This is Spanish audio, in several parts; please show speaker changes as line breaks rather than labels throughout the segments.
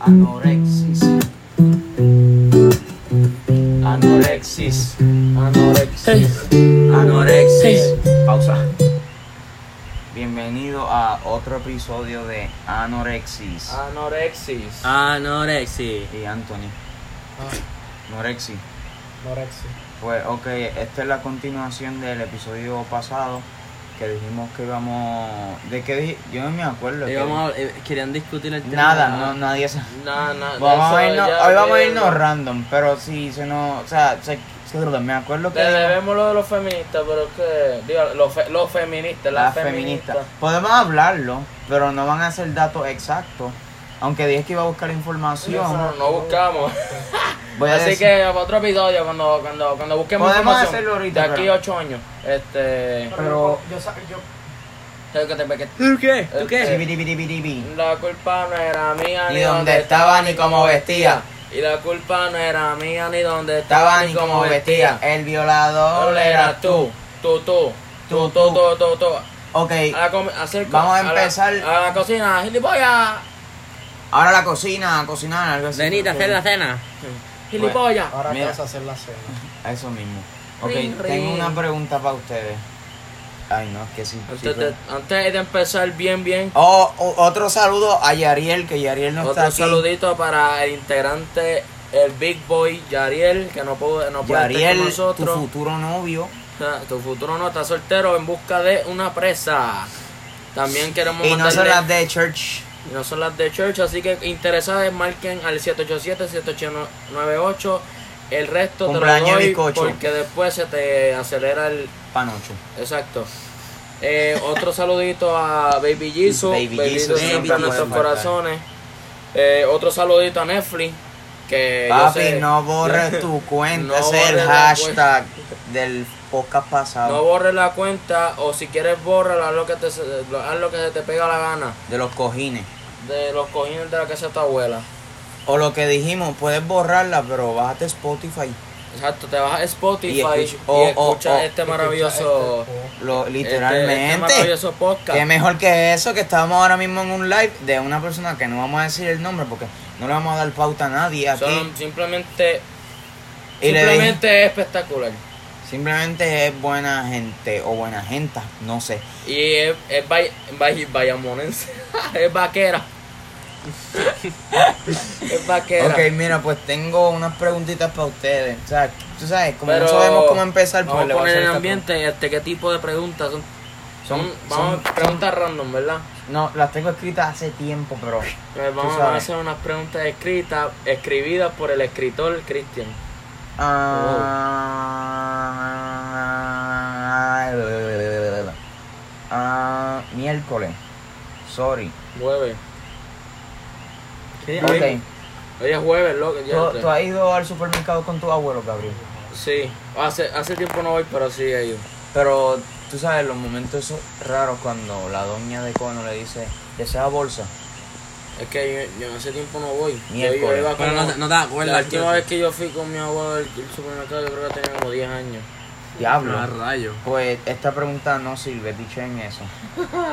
Anorexis. Anorexis. Anorexis. Anorexis. Eh, Pausa. Bienvenido a otro episodio de Anorexis.
Anorexis.
Ah.
Anorexia.
Y Anthony.
Ah,
Anorexis.
anorexia.
Pues ok, esta es la continuación del episodio pasado que dijimos que íbamos... ¿De qué dije? Yo no me acuerdo.
Y
que-
vamos a- eh, querían discutir el tema.
Nada, no, nadie se...
No, no,
Vamos
eso
a irnos,
ya
hoy vamos a
que-
irnos random, pero si se nos. O sea, se, se- me acuerdo que.
Le debemos lo de los feministas, pero es que. Digo, los, fe- los feministas,
la
las
feminista.
feministas.
Podemos hablarlo, pero no van a ser datos exactos. Aunque dije que iba a buscar
No,
información.
no buscamos.
Voy a
Así
decir-
que para otro episodio, cuando, cuando, cuando busquemos
Podemos
información,
hacerlo ahorita,
De aquí
pero-
a ocho años. Este.
Pero-
yo, sa- yo
tengo que te- que-
¿Tú qué? ¿Tú qué?
Chibiribiribiribi.
La culpa no era mía
Ni dónde
ni eh, donde
estaba ni cómo vestía.
Y la culpa no era mía ni donde
Estaba ni cómo vestía. El violador
Ahora
era
era tú,
tú.
tú, tú,
Tú,
tú, tú,
tú.
tú, tú, tú.
Ok,
A la comi- hacer co-
Vamos a
la-
empezar.
A la, cocina, gilipollas,
ahora la cocina, a cocinar, algo así.
Venite a hacer la cena.
gilipollas.
ahora
Mira.
te vas a hacer la cena.
Eso mismo. Ok,
Ring,
tengo
ring.
una pregunta para ustedes. Ay, no, es que sí. sí,
Antes,
pero-
de, antes de empezar bien, bien,
Oh, o- otro saludo a Yariel, que Yariel no
otro
está aquí.
saludito para el integrante, el Big Boy Yariel, que no puede, no puede estar
Yariel,
con
tu
nosotros.
futuro novio.
Ah, Tu futuro no está soltero en busca de una presa. También queremos
Y no son
mandarle-
las de Church.
y no son las de Church, así que interesadas marquen al 787-7898. El resto
Cumpleaños
te lo doy
bizcocho.
porque después se te acelera el,
Panocho.
Exacto. Eh, otro saludito a Baby Jesus.
Baby
Baby,
Jesus
Jesus siempre
siempre
en nuestros
puede faltar.
corazones. Eh, otro saludito a Netflix. Que yo
Papi,
sé-
no borres tu cuenta.
No
Ese es el
borres la
hashtag del podcast
No
pasado.
borres la cuenta o si quieres borrarla, haz lo que, te, se- lo- haz lo que se te pega la gana
de los cojines.
de los cojines de la casa de tu abuela.
O lo que dijimos, puedes borrarla, pero bájate Spotify.
Exacto, te vas a Spotify
Y
y,
escucha- oh, oh,
escuchas
oh.
este maravilloso...
Escucha este
Lo,
este- este
literalmente.
maravilloso podcast.
Qué mejor que eso, que estábamos ahora mismo en un live de una persona que no vamos a decir el nombre porque no le vamos a dar pauta a nadie aquí.
Son simplemente...
Y le dije-
Simplemente espectacular.
Simplemente es buena gente o buena gente, no sé.
Y es, es bay, bay- bayamonense. es vaquera. es vaquera.
Ok, mira, pues tengo unas preguntitas para ustedes. O sea, tú sabes, como
Pero
no sabemos cómo empezar, pues
Vamos
le
a
voy a
poner
hacer
en
esta
ambiente este, qué tipo de preguntas son. Son,
Son-
vamos,
son-
preguntas random, ¿verdad?
pregunta. No, las tengo escritas hace tiempo, pero.
Pues vamos a
sabes.
hacer unas preguntas escritas, escribidas por el escritor Cristian.
Ah, ah, miércoles. Sorry.
Jueves.
¿Qué?
Ok.
Hoy es jueves, loco. ya
¿Tú,
entré.
tú has ido al supermercado con tu abuelo, Gabriel?
Sí, hace, hace tiempo no voy, pero sí he ido.
Pero tú sabes los momentos esos raros cuando la doña de Cono le dice, desea bolsa.
Es que yo, yo hace tiempo no voy. Yo- yo
Miércoles.
iba
Pero no,
como-
te- no te
la
acuerdas.
última vez que yo fui con mi abuelo al al supermercado, yo creo que tenía como 10 años.
Diablo.
Ah, rayo.
Pues esta pregunta no sirve, piché en eso.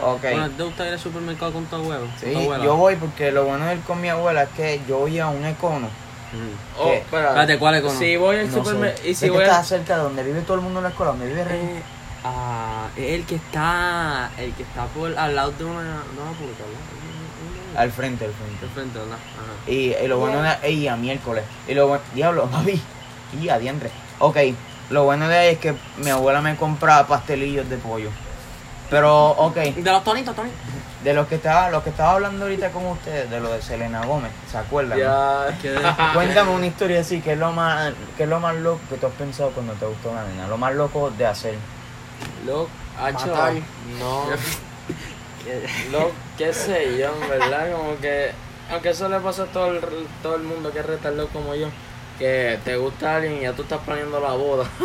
Ok.
Bueno, ¿te gusta ir al supermercado con tu abuelo? con
Sí,
tu abuela?
yo voy porque lo bueno de ir con mi abuela es que yo voy a un econo.
Mm.
Oh,
¿Qué?
espera.
Espérate, ¿cuál es con-
Si voy al
No
supermercado.
sé.
Y si
Ve que
voy
está
al.
cerca de donde vive todo el mundo en la escuela, donde vive Rey.
Eh, ah, es el que está. El que está por al lado de una. No, una pública, ¿verdad?
Al frente, al
Al
frente.
frente, ¿verdad? Ajá.
Y, y lo bueno de ey, a miércoles. Y lo bueno, diablo, papi. Y a diantre. Ok, lo bueno de ahí es que mi abuela me compra pastelillos de pollo. Pero, ok,
De los tonitos, Tony.
de los que estaba, los que estaba hablando ahorita con ustedes, de lo de Selena Gómez, ¿se acuerdan? no?
Ya.
¿Qué
Cuéntame una historia así, que es lo más, que es lo más loco que tú has pensado cuando te gustó una nena, lo más loco de hacer.
Loc, hacho.
Matar.
No. Loc, qué sé yo, en verdad. Como que. Aunque eso le pasa a todo el, todo el mundo que es retardado como yo. Que te gusta alguien y ya tú estás planeando la boda.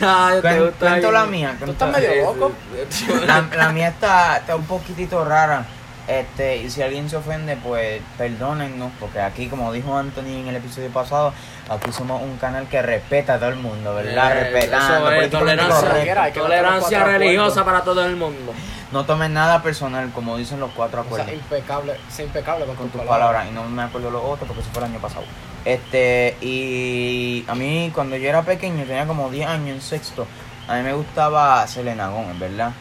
Ay, te
Cuen-
gusta
cuento
alguien.
la mía,
Tú
cuento-
estás medio loco.
Sí, sí.
la, la mía está, está un poquitito rara. Este, y si alguien se ofende, pues perdónennos, porque aquí, como dijo Anthony en el episodio pasado, aquí somos un canal que respeta a todo el mundo, ¿verdad?
Eh,
Pues Respetando,
eso es,
políticamente
tolerancia,
correcto.
hay que matar los
tolerancia
cuatro
religiosa
acuerdos.
para todo el mundo.
No tomen nada personal, como dicen los cuatro
O sea,
acuerdos.
impecable, sea impecable con,
con
tu
tus
palabra.
palabras y no me acuerdo lo otro porque eso fue el año pasado. Este, y a mí cuando yo era pequeño, tenía como 10 años en sexto, a mí me gustaba Selena Gómez, ¿verdad?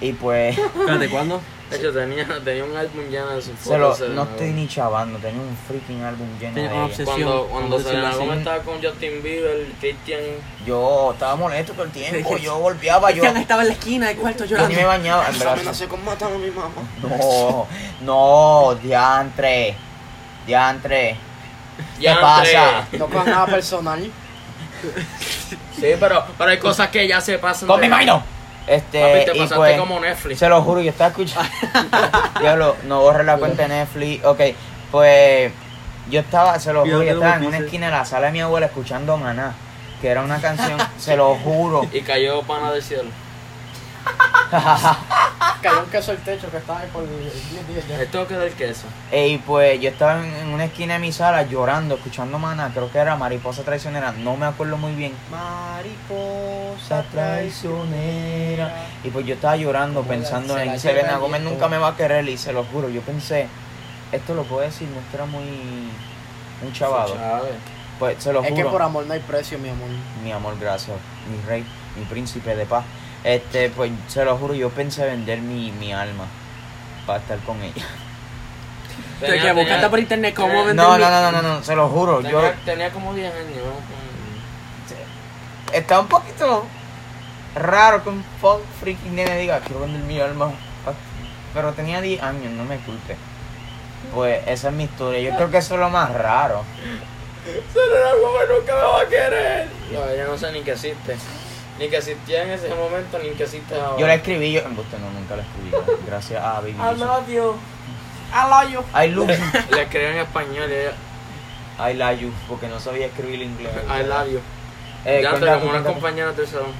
Y pues,
Espérate, ¿cuándo?
De hecho, tenía, tenía un álbum lleno de sus
se lo,
fotos, Selena
no estoy
Gomez.
ni chavando, tenía un freaking álbum lleno de
Tenía una
ella.
obsesión.
Cuando, cuando
Obsesión
Selena
así.
Gomez estaba con Justin Bieber, Christian,
Yo estaba molesto todo el tiempo, yo golpeaba, yo,
Cristian estaba en la esquina del cuarto
yo ni me
llorando.
bañaba, en verdad.
con matar a mi mamá.
No, no, diantre, diantre. ¿Qué
Yantre.
pasa?
No con nada personal.
Sí, pero, pero hay cosas que ya se pasan.
¡Con
de-
mi mano! Este,
Papi, te
y
pasaste
pues,
como Netflix.
Se lo juro, yo estaba escuchando. Diablo, no borré la cuenta de Netflix. Ok, pues yo estaba, se lo
Yo
juro, yo
tengo
estaba en
que
una
hacer.
esquina de la sala de mi abuela escuchando Maná, que era una canción, se lo juro.
Y cayó pana del cielo.
Cayó un queso el techo que estaba ahí por 10 días ya.
Esto que del queso.
Y pues yo estaba en, en una esquina de mi sala llorando, escuchando Maná, creo que era Mariposa Traicionera, no me acuerdo muy bien.
Mariposa
Mariposa Traicionera. Y pues yo estaba llorando
Como la-
pensando
se la
en
lleva
Selena
el
Gómez
viento.
nunca me va a querer y se lo juro, yo pensé, esto lo puedo decir, no esto era muy un chavado.
Chávez.
Pues se lo
Es
juro.
que por amor no hay precio, mi amor.
mi amor, gracias, mi rey, mi príncipe de paz. Este, pues se lo juro, yo pensé vender mi, mi alma para estar con ella.
Te que buscaste por internet cómo
No,
vender
No, no,
mi-
no, no, no, no, se lo juro, yo
Tenía, tenía como 10 años. ¿no? Mm.
está un poquito raro que un fuck freaking nene diga, quiero vender mi alma. pa- Pero tenía 10 años, no me culpe. Pues esa es mi historia, yo creo que eso es lo más raro.
Selena Gómez nunca me va a querer. No, ella no sé ni que existe. Ni que existía en ese momento, ni que existe ahora.
Yo la escribí, yo, en no, nunca la escribí, gracias a Baby
I
Jesus.
love you. I love you.
I love you,
La escribí en español eh, y ella,
I love you, porque no sabía escribir inglés.
I love you.
Eh,
ya te
cuenta tú,
como una
cuenta tú.
compañera del salón.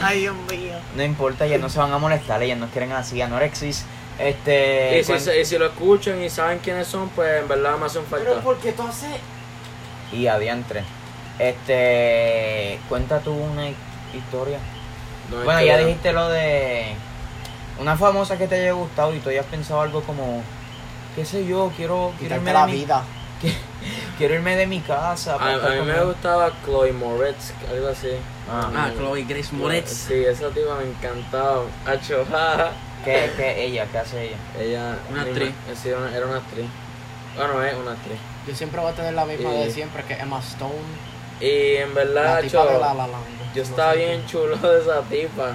Ay, Dios mío.
No importa, ellas no se van a molestar, ellas no quieren así, anorexis. Este.
y, si,
cuan-
se- y si lo escuchan y saben quiénes son, pues en verdad me hacen falta.
porque tú haces.
Y adiantre. Este. Cuenta tú una hi- historia.
No, es
bueno,
que-
ya dijiste lo de. Una famosa que te haya gustado y tú hayas pensado algo como. ¿Qué sé yo? Quiero, quiero,
Quitarte
irme, de
la
mi,
vida.
quiero irme de mi casa.
A,
para
a
estar
mí
con
me
él.
gustaba Chloe Moretz, algo así.
Ah,
Ah, Chloe Grace Moretz.
Sí, esa tipa me encantaba. Acho, jaja.
¿Qué, qué ella? ¿Qué hace ella?
Ella
Una
mi-
actriz.
sí, una- era una actriz. Bueno, es una actriz.
Yo siempre voy a tener la misma de
Sí.
siempre, que Emma Stone.
Y
La
en verdad,
tipa
acho,
de la la Land.
yo
No
estaba
sé
bien chulo de esa tipa.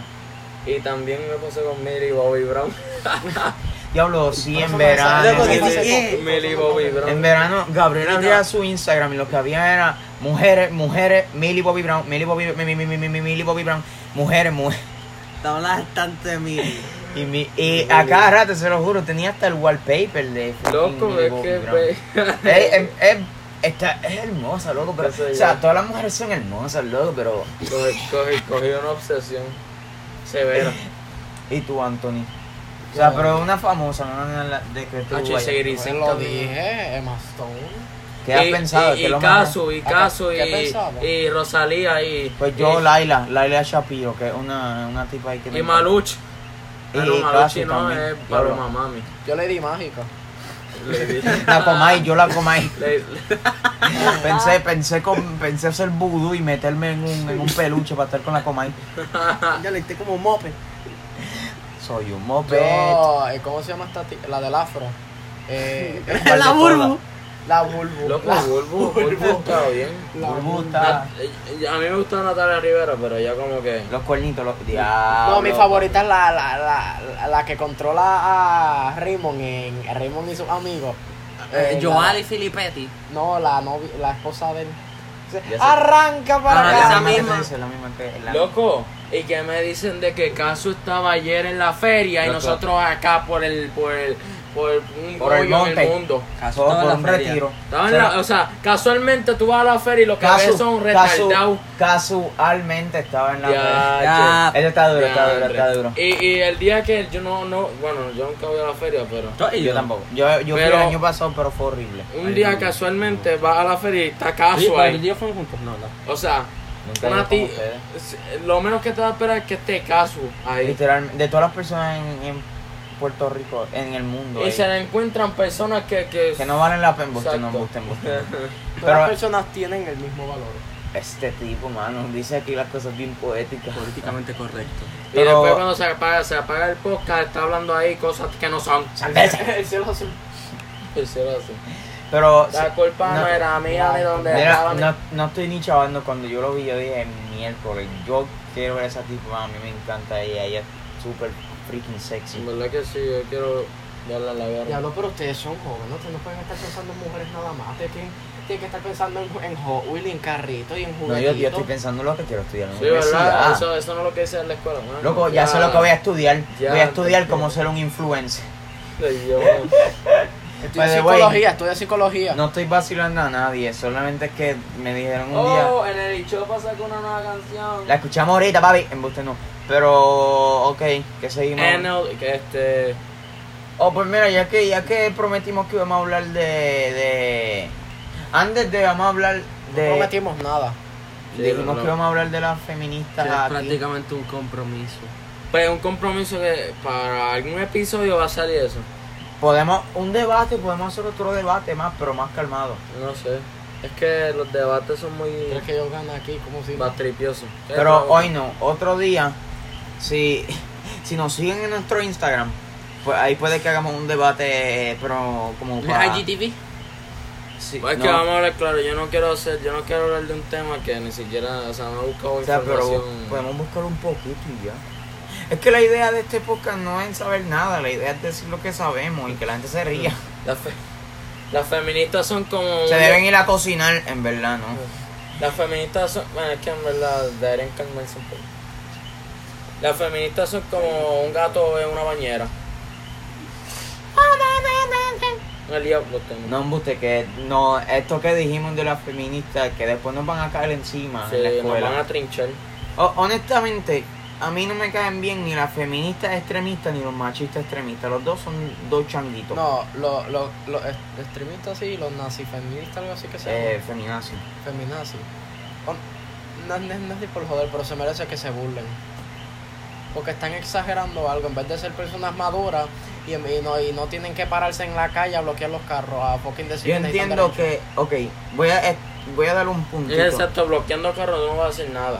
Y también me pasó con Millie Bobby Brown.
Diablo, sí,
Por
en
eso me
verano.
sale-
Loco,
me
¿qué
sale-
pasó?
Millie Bobby Brown.
En verano, Gabriel abría su Instagram y lo que había era mujeres, mujeres, Millie Bobby Brown, Millie Bobby, mi, mi, mi, mi, mi, mi- Millie Bobby Brown, mujeres, mujeres.
Estaba bastante de mí.
Y, mi, y a cada rato, se lo juro, tenía hasta el wallpaper de freaking
Loco,
Millie
es
Bobby
que
Brown.
ve-
Es- es- es- está- es hermosa, loco, pero,
Yo sé
o sea,
ya.
todas las mujeres son hermosas, loco, pero,
cogí, cogí- cogí una obsesión severa.
y tú, Anthony, o sea,
Yo-
pero una famosa, no, no, no, la- de que tú,
Acho, y
vayas.
se
Yo
grisenta,
lo
mi-
dije, Emma Stone.
¿qué has
Y-
pensado?
Y,
¿Qué
y
lo más-
Casu, y
Acá,
Casu,
¿qué pensaba?
y, y Rosalía, y.
Pues yo,
y,
Laila, Laila Shapiro, que es una, una tipa ahí que me
y
encanta.
Maluch.
Y
Ah, no, Maluchi
Casu
no,
también.
es
Claro.
Paloma Mami.
Yo le di mágica.
Le di-
La comáis, yo la comáis.
le- le-
Pensé, pensé, con, pensé hacer vudú y meterme en un, en un peluche para estar con la comay.
Ya le diste como mope.
Soy un moped.
Yo, eh, ¿cómo se llama esta ti- La del afro. Eh,
Vale,
La burbu.
la Bulbu.
Loco,
La-
Bulbo, Bulbo está bien.
la
Bulbu
Bulbu.
está-
Nat- eh, A mí me gusta Natalia Rivera, pero ya como que.
Los cuernitos, los diablos.
No, mi favorita es la, la, la, la, la que controla a Raymond, en, a Raymond y sus amigos. Eh,
Joali Filippetti.
la- No, la, novi- la esposa de él. Dice,
Ya sé.
Arranca para
Ah,
La
acá.
esa
misma que tú
misma.
dices, la misma que- la-
Loco, y que me dicen de que Casu estaba ayer en la feria y
Loco.
nosotros acá por el por el por un
Por el
hoyo en
monte.
el mundo.
Todo
estaba en
por
la
un
feria.
retiro.
Estaba en la- o sea, casualmente tú vas a la feria y los que ves son
casu-
retardados.
casualmente estaba en la feria.
Ya.
Eso está duro, está duro, está duro.
Y, y el día que yo no, no, bueno, yo nunca voy a la feria, pero
Y yo tampoco. Yo, yo fui
Pero-
el año pasado, pero fue horrible.
un
Ay,
día
no.
casualmente vas a la feria y está Casu
¿El
ahí.
día fueron juntos? No, no.
O sea,
Nunca
una
yo con
ti-
ustedes. Este,
lo menos que te va a esperar es que esté Casu ahí.
Literalmente, de todas las personas en, en Puerto Rico, en el mundo,
Y
ahí,
se le encuentran personas que, que,
que no valen la pena, embuste, no
Exacto.
embuste, embuste.
Todas
Pero-
las personas tienen el mismo valor.
Este tipo, mano, dice aquí las cosas bien poéticas.
Políticamente correcto.
Y
Pero-
después cuando se apaga, se apaga el podcast, está hablando ahí cosas que no son.
¡Sandez!
el cielo azul.
Pero
La culpa no,
No.
era mía ni donde
Mira,
estaba. ni-
no, no estoy ni chavando. Cuando yo lo vi, yo dije miércoles. Yo quiero ver a esa tipo. A mí me encanta ella. Ella es súper freaking
En
sexy.
verdad que sí, yo quiero darle la guerra.
Diablo, pero ustedes son jóvenes, ¿no? ustedes no pueden estar pensando en mujeres nada más. Ustedes tienen, tienen que estar pensando en, en Hot Wheels, y en carrito y en
No, yo,
juguetitos.
yo estoy pensando en lo que quiero estudiar en la
Sí, ¿verdad?
universidad.
Eso, eso no es lo que dice en la escuela. mano.
Loco, ya, sé lo que voy a estudiar.
Ya,
voy a estudiar
perfecto.
cómo ser un influencer.
Ay, Dios.
Estudia
By the way,
psicología, estudia psicolología.
No estoy vacilando a nadie. Solamente es que me dijeron un día.
Oh, en el Ichopa sacó una nueva canción.
La escuchamos ahorita, papi. En usted no. Pero, ok, que seguimos.
En el- que este.
Oh, pues mira, ya que, ya que prometimos que íbamos a hablar de, de... Antes de vamos a hablar
No
de...
prometimos nada.
Sí,
dijimos
no.
que íbamos a hablar de las
Que
feministas
es
aquí.
prácticamente un compromiso.
Pues un compromiso que para algún episodio va a salir eso.
Podemos, un debate, podemos hacer otro debate más, pero más calmado.
No sé. Es que los debates son muy.
¿Crees que yo gano aquí? ¿Cómo si
batripiosos.
Pero hoy no, otro día, si, si nos siguen en nuestro Instagram, pues ahí puede que hagamos un debate, eh, pero como para...
IGTV?
Sí,
Pues es
no,
que vamos a hablar claro, yo no quiero hacer, yo no quiero hablar de un tema que ni siquiera, o sea, no he buscado
o sea, pero
información.
podemos buscar un poquito y ya. Es que la idea de este podcast no es saber nada, la idea es decir lo que sabemos y que la gente se ría.
Las fe- las feministas son como
Se
un-
deben ir a cocinar, en verdad, ¿no?
Mm. Las feministas son, bueno, es que en verdad deberían calmarse un poco. Las feministas son como un gato en una bañera. Me lío los temas.
No, embuste, que no, esto que dijimos de las feministas, que después nos van a caer encima
Sí,
Ah, en la
nos van
escuela.
a trinchar.
O- honestamente, a mí no me caen bien ni las feministas extremistas ni los machistas extremistas. Los dos son dos changuitos.
No, los lo, lo est- extremistas sí, los nazifeministas, algo así que se
Eh,
llama.
feminazis.
Feminazi. O- No, no es nazi por joder, pero se merece que se burlen. Porque están exagerando algo, en vez de ser personas maduras y, en- y no, y no tienen que pararse en la calle a bloquear los carros, a fucking decir
Yo
que necesitan
entiendo
derechos.
que, ok, voy a, eh, voy a dar un puntito.
Exacto, bloqueando carros no va a hacer nada.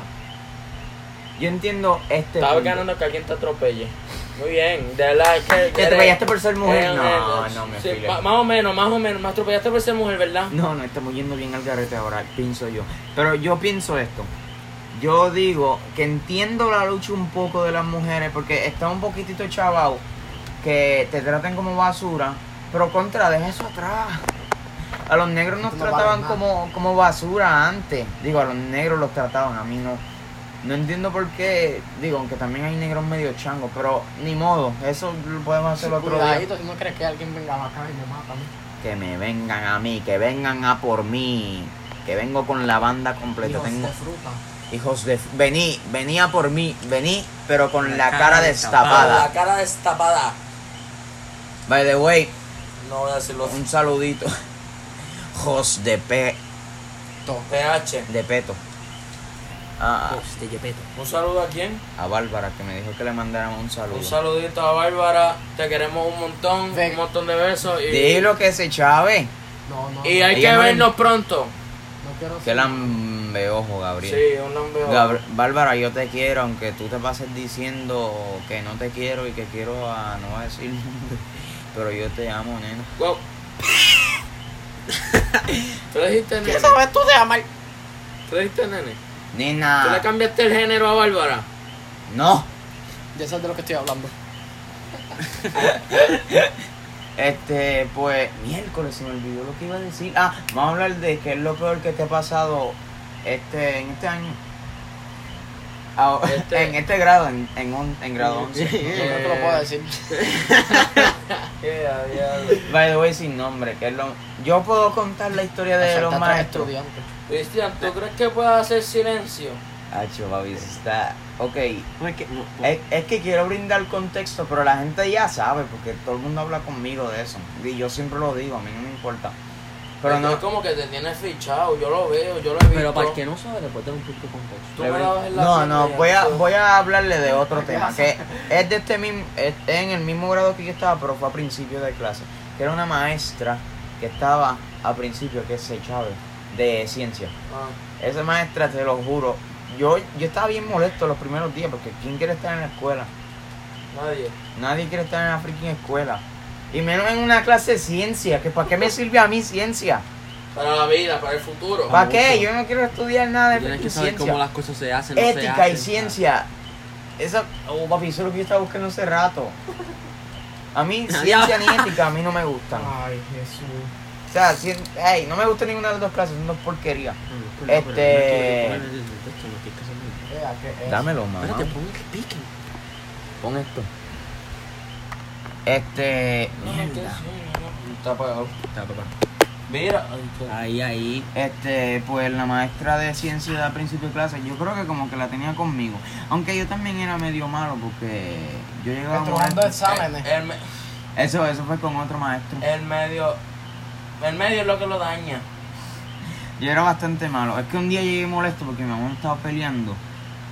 Yo entiendo este
Estaba
punto.
ganando que alguien te atropelle. Muy bien, de verdad es que.
¿Te
eres-
atropellaste por ser mujer?
eres-
no,
eres-
no me
sí,
fui
ma-
lejos.
Más o menos, más o menos. Me atropellaste por ser mujer, ¿verdad?
No, no estamos yendo bien al garete ahora, pienso yo. Pero yo pienso esto. Yo digo que entiendo la lucha un poco de las mujeres porque está un poquitito chavao que te traten como basura, pero contra, deja eso atrás. A los negros nos
Tú no
trataban
vales
como, como basura antes. Digo, a los negros los trataban, a mí no. No entiendo por qué, digo, aunque también hay negros medio changos, pero ni modo, eso lo podemos hacer otro día.
Cuidadito, si no crees que alguien venga acá y me mata. ¿no?
Que me vengan a mí, que vengan a por mí. Que vengo con la banda completa.
Hijos
Tengo
de fruta.
hijos de. Vení, vení a por mí, vení, pero con la, cara,
La
destapada.
cara destapada.
By the way,
No voy a decirlo.
un saludito. Hijos de pe,
PH.
de peto. A,
Post de Yepeto.
Un saludo a quién?
a Bárbara que me dijo que le mandáramos un saludo.
Un saludito a Bárbara. Te queremos un montón.
Ve-
Un montón de besos. Y,
Dilo que se chave.
No, no,
y hay
Ella
que
no es-
vernos pronto.
no quiero
Que
ser-
lambeojo, Gabriel.
Sí, un nombre.
Gabr- Bárbara, yo te quiero, aunque tú te pases diciendo que no te quiero y que quiero a no voy a decir, nombre, pero yo te amo, nena.
Wow. ¿Tú le dijiste nene?
¿Qué sabes tú de amar?
¿Tú le dijiste nene? ¿Tú le
Nena,
cambiaste el género a Bárbara?
no.
Ya sabes de lo que estoy hablando.
Este, pues, miércoles se me olvidó lo que iba a decir. Ah, vamos a hablar de qué es lo peor que te ha pasado este en este año. Ah,
Este-
En este grado, en, en, un, en grado 11.
Yo creo que lo puedo decir.
¿Qué había?
By the way, sin nombre, que es lo... Yo puedo contar la historia de
Acepta
los
tres
maestros.
estudiantes.
Cristian,
Eh.
¿tú crees que puedas hacer silencio?
Hacho, papi, eso está... Ok,
No, es que, no, no.
es, es que quiero brindar contexto, pero la gente ya sabe, porque todo el mundo habla conmigo de eso. Y yo siempre lo digo, a mí no me importa. Pero
Porque
no...
Es como que te tienes fichado, yo lo veo, yo lo he visto.
Pero para el que no sabe, le puedes dar un poquito de contexto.
Tú me la vas en la
No,
tienda
no,
y
voy a,
entonces-
voy a hablarle de otro tema, que es de este mismo, es en el mismo grado que yo estaba, pero fue a principio de clase, que era una maestra que estaba a principio, que se Chávez, de ciencia.
Ah,
Esa maestra, te lo juro, yo, yo estaba bien molesto los primeros días, porque ¿quién quiere estar en la escuela?
nadie.
Nadie quiere estar en la freaking escuela. Y menos en una clase de ciencia, que ¿para qué me sirve a mí ciencia?
Para la vida, para el futuro.
¿Para qué? Yo no quiero estudiar nada de
Tienes que
freaking
saber
ciencia.
cómo las cosas se hacen. no se
ética y
hacen.
ciencia. Esa, oh papi, eso es lo que yo estaba buscando hace rato. A mí ciencia ni ética a mí no me gustan.
Ay, Jesús.
O sea, cien- ey, no me gusta ninguna de las dos clases, son dos porquerías.
No, disculpa,
Este-
pero no hay que poner el contexto, no, que es que son muy-
Vea, ¿qué es?
mamá.
Espérate, pon el pique.
Pon esto. Este,
Mierda. Está apagado.
Está, papá.
Mira. ay, qué-
Ahí, ahí.
este, pues la maestra de ciencia a principio de clase, yo creo que como que la tenía conmigo. Aunque yo también era medio malo porque yo llegaba a un
Estrujando
momento-
exámenes.
El, me-
Eso, eso fue con otro maestro.
el medio. El medio es lo que lo daña.
Yo era bastante malo. Es que un día llegué molesto porque mi mamá me estaba peleando.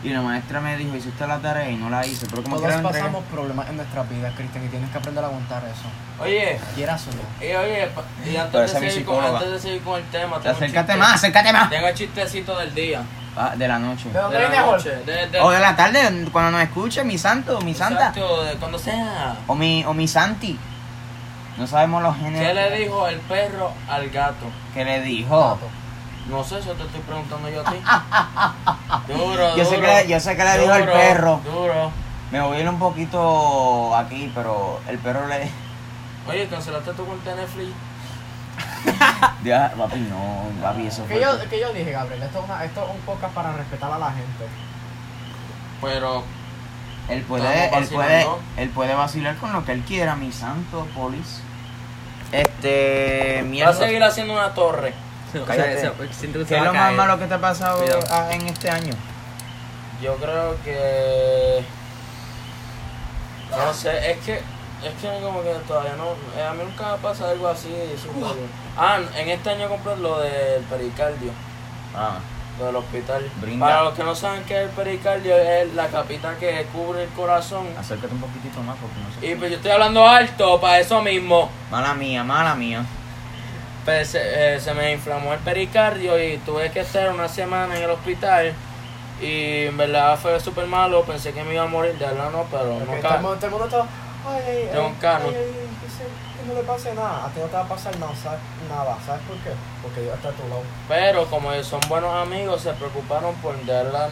Y la maestra me dijo, hiciste la tarea y no la hice. Pero como
Todos
quiera la entregué.
pasamos problemas en nuestras vidas, Cristian, y tienes que aprender a aguantar eso.
Oye,
Quieras o no.
y oye, pa- y
Pero
antes
esa
de,
es mi
seguir con,
psicóloga.
antes de seguir con el tema, tengo un
Acércate
chiste-
más, acércate más.
Tengo el chistecito del día.
Ah, de la noche.
¿De dónde
de
viene
la noche.
Jorge?
De, de-
O de la tarde, cuando nos escuche, mi santo, mi santa.
Exacto, de cuando sea.
O mi, o mi santi. No sabemos los géneros.
¿Qué le dijo el perro al gato?
¿Qué le dijo?
No sé, eso te estoy preguntando yo a ti. Duro,
Yo sé
duro.
que le- yo sé que le dijo al
Duro,
perro.
Duro.
Me voy a ir un poquito aquí, pero el perro le...
Oye, cancelaste tu cuenta de Netflix.
Ya, papi, no, papi, eso
Que
fue...
yo, que yo dije, Gabriel, esto es, una- esto es un podcast para respetar a la gente.
Pero
Él puede, él
Estamos
puede,
vacilando.
él puede vacilar con lo que él quiera, mi santo polis. Este,
va
mierda.
a seguir haciendo una torre.
O sea,
Cállate.
eso- siento que se
¿Qué es
va a
lo más
caer.
malo que te ha pasado
Cuidado.
ah, en este año?
Yo creo que. No sé, es que. Es que como que todavía no. eh, A mí nunca me pasa algo así. súper- Ah, en este año compré lo del pericardio,
Ah,
lo del hospital.
Brinda.
Para los que no saben qué es el pericardio, es la capita que cubre el corazón.
acércate un poquitito más porque no
Y pues yo estoy hablando alto para eso mismo.
Mala mía, mala mía.
Pues, se, eh, se me inflamó el pericardio y tuve que estar una semana en el hospital. Y en verdad fue súper malo, pensé que me iba a morir, de verdad no, pero
Porque
nunca-
todo, el mundo, todo el mundo está. Ay, ay, ay,
Tengo un carro.
ay, ay, ay, que se- que no le pase nada. A ti no te va a pasar nada, ¿sabes? nada. ¿Sabes por qué? Porque Dios está a tu lado.
Pero como son buenos amigos, se preocuparon por darla.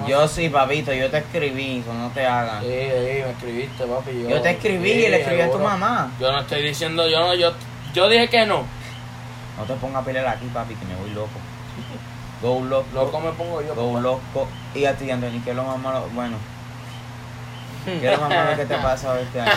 no
Yo
sé.
sí, papito, yo te escribí, eso no te hagas.
Sí, sí, me escribiste, papi. Yo,
yo te escribí y le escribí a tu
seguro.
mamá.
Yo no estoy diciendo, yo no, yo, yo dije que no.
No te pongas a pelear aquí, papi, que me voy loco. Go loco,
Loco me pongo yo.
go loco. Y a ti, Anthony, ¿qué es lo más malo? Bueno.
Hmm.
¿Qué es lo más malo que te ha pasado este año?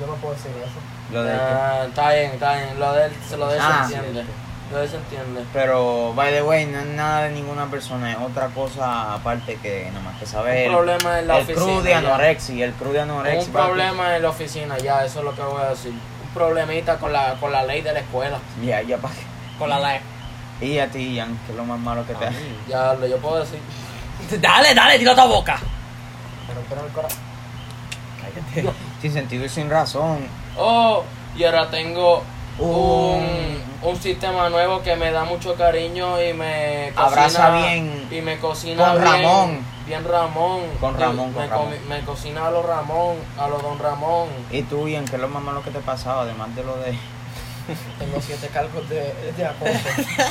Yo no puedo decir eso.
Lo de que-
Ah, está bien, está bien. Lo de él, lo de él
Ah.
se entiende. Lo de él se entiende.
Pero, by the way, no es nada de ninguna persona, es otra cosa aparte que nada más que saber.
Un problema en la
el
oficina.
crew de
ya.
anorexia, el crew de anorexia.
Un
papi.
problema en la oficina, ya, eso es lo que voy a decir. Un problemita con la, con la ley de la escuela.
Ya, ya pa'
Con la ley.
Y a ti, Ian, que es lo más malo que te
A
hace.
mí.
Ya, lo- yo puedo decir.
Dale, dale, tira tu boca.
Me rompieron el corazón.
Cállate. sin sentido y sin razón.
Oh, y ahora tengo un,
Un-
un sistema nuevo que me da mucho cariño y me cocina,
Abraza bien.
y me cocina
Con
bien,
Ramón.
bien Ramón
Con Ramón,
Y
con
me,
Ramón.
comi- me cocina a los Ramón a los Don Ramón
Y tú, Ian, que es lo más malo que te ha pasado, además de lo de.
Tengo siete cargos de, de acoso.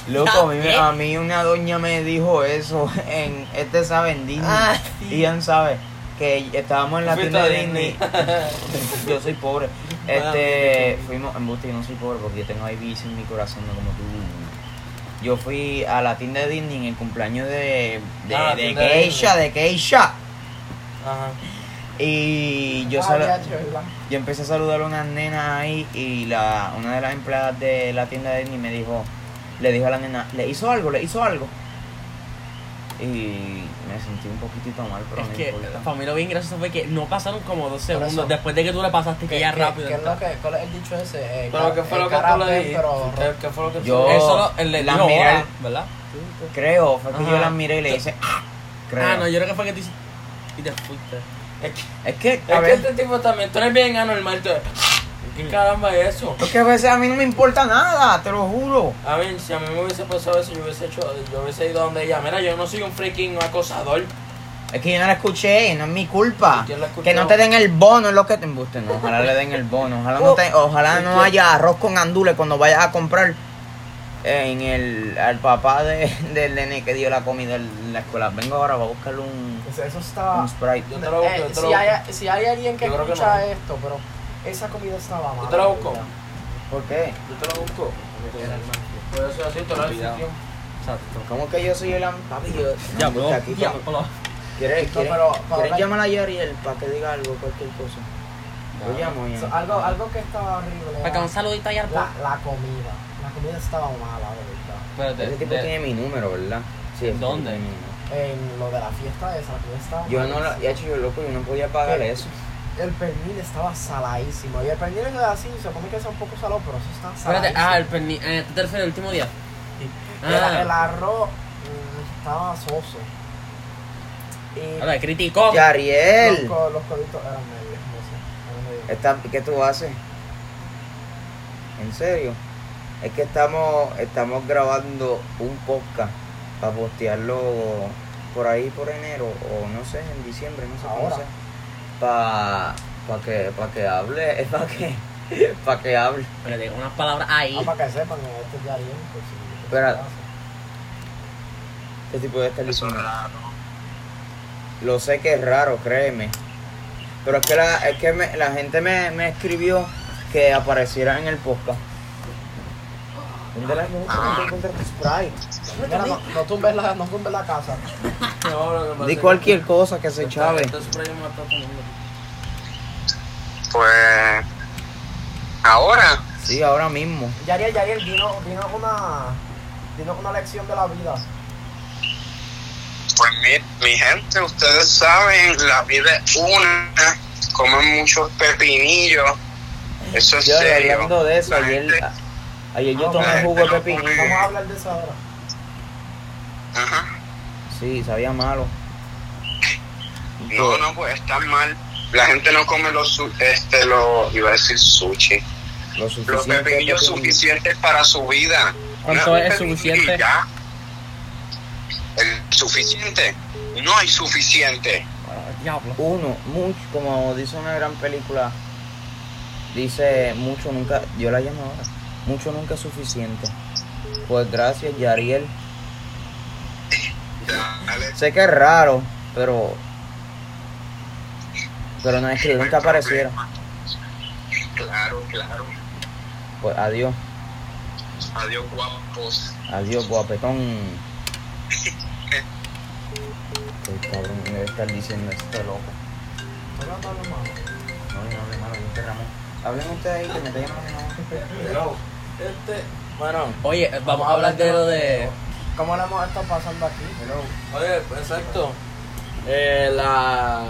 Loco, a mí, a mí una doña me dijo eso en este sabe en Disney. Ian sabe que estábamos en la
Fuiste
tienda
a
de
Disney. Ah,
Disney. yo soy pobre. Este, fuimos en Busti, no soy pobre porque yo tengo ahí en mi corazón, no como tú. Yo fui a la tienda de Disney en el cumpleaños de, de,
Ah, la
de
tienda de
Keisha, de,
Disney.
Keisha.
Ajá.
Y yo
Ah,
solo,
ya, che, ¿verdad?
yo empecé a saludar a una nena ahí y la, una de las empleadas de la tienda de Disney me dijo, le dijo a la nena, le hizo algo, le hizo algo. Y me sentí un poquitito mal, pero
Es
no
que
importa.
para mí lo bien gracioso fue que no pasaron como dos
eso.
segundos después de que tú le pasaste que
¿Qué-
ya
qué-
rápido.
qué es
está.
lo que- ¿Cuál es el dicho ese? Eh,
Pero
ca-
¿qué fue
eh,
lo que
cara
tú le
pen,
dijiste?
pero
¿Qué, qué fue lo que tú
Yo-
le-
Eso lo, el de
La
dijo,
miré
"Hola",
al-
¿verdad?
Creo, fue que yo
Ajá.
la miré y le hice, "Ah", creo.
Ah, no, yo creo que fue que tú hiciste. Y te fuiste.
Es que,
Es que, a
es que
ver,
este tipo también, tú eres bien anormal, tú eres- "Ah, ¿Qué caramba es eso?
es que a veces a mí no me importa nada, te lo juro.
A mí, si a mí me hubiese pasado eso, yo hubiese hecho, yo hubiese ido donde ella. Mira, yo no soy un freaking acosador.
Es que yo no la escuché, no es mi culpa.
¿Quién la escuchó?
Que no te den el bono, es lo que te embuste. No, ojalá le den el bono. Ojalá no, te- ojalá no haya arroz con andule cuando vayas a comprar en el al papá de, del nene que dio la comida en la escuela. Vengo ahora, voy a buscarle un,
Pues Eso
un
Ah.
estaba.
sprite.
Yo te lo busco,
Eh,
yo te lo
si,
busco.
hay, si hay alguien que
Yo creo que
escucha
no.
esto, pero esa comida estaba mala.
Yo te lo busco.
¿verdad?
¿Por qué?
Yo te lo busco. Por eso así, te lo
Cuidado. Exacto.
¿Cómo que yo soy el am- papi? Yo,
Ya,
Porque
bro.
aquí
Ya,
cuando-
bro.
¿Quieres,
No,
quieres,
pero- pero
¿quieres
ahora-
llamar a Yariel para que diga algo, cualquier cosa? Lo llamo ya.
So,
ah,
algo, algo que estaba horrible.
Para
era
que un saludito allá al
la, la comida. La comida estaba mala, de verdad.
Ese
Espérate.
tipo tiene mi número, ¿verdad? Sí, ese
¿Dónde?
tipo tiene mi número.
En lo de la fiesta esa, la comida estaba
Yo no la,
malísima.
ya yo loco, yo no podía pagar
Eh,
eso.
El pernil estaba saladísimo. Y el pernil es así, se supone que es un poco salado, pero eso está
Espérate.
saladísimo.
Ah, el pernil. Eh, ¿Tú te refieres al último día?
El,
Ah.
el arroz mm, estaba soso. Y
Ahora, criticó.
Yariel,
los, co- los coditos eran medios, no sé. eran medios.
está- ¿qué tú haces? ¿En serio? Es que estamos, estamos grabando un podcast para postearlo por ahí por enero o no sé, en diciembre, no sé cómo
Ahora.
sea. Para pa que, pa que hable, es para que, pa que hable.
Espérate, unas palabras ahí.
Ah, para que sepan, eh, este es de Ariel. Pues, sí, pues,
Espera.
sí,
Este tipo de estar diciendo. Lo sé que es raro, créeme. Pero es que la, es que me- la gente me, me escribió que apareciera en el podcast. ¿Dónde la gente encuentra tu Sprite?
sí. Mira, no, no tumbes la, no tumbes la casa.
No, lo que pasa
Di
es
cualquier cosa que
que-
se chave.
Entonces, por ahí mató a todo el mundo.
Pues ahora,
Sí, ahora mismo.
Yariel, Yariel, vino, vino una, vino una lección de la vida.
pues mi, mi gente, ustedes saben, la vida es una, comen muchos pepinillos, eso es
Yo
serio.
hablando de eso,
La
ayer,
gente-
a- ayer yo
Ah,
tomé
bueno.
jugo de pepinillo.
Vamos a hablar de eso ahora.
Ajá.
Sí, sabía malo.
No, no, pues está mal. La gente no come los, su- este, lo, iba a decir sushi,
Lo
los
suficiente pepinillo.
pepinillos suficientes para su vida.
¿Cuánto
Una- un
es
pepinillo y
suficiente?
ya. El suficiente, no hay suficiente.
Ah, Diablo.
uno, mucho, como dice una gran película, dice mucho nunca, yo la llamo ahora, mucho nunca es suficiente. Pues gracias, Yariel.
Dale.
Sé que es raro, pero. Pero no escribí, nunca apareciera.
Claro, claro.
Pues adiós,
Adiós, guapos.
adiós, guapetón. Qué Pues, cabrón me debe estar diciendo este loco.
Vamos a hablar de mamá.
No, no hable malo, yo te ramo. Hablen ustedes ahí que me está llamando mi mamá.
Pero, este, bueno,
Oye, eh, vamos a hablar de lo de.
¿Cómo lo hemos estado pasando aquí?
Oye, exacto. Eh, la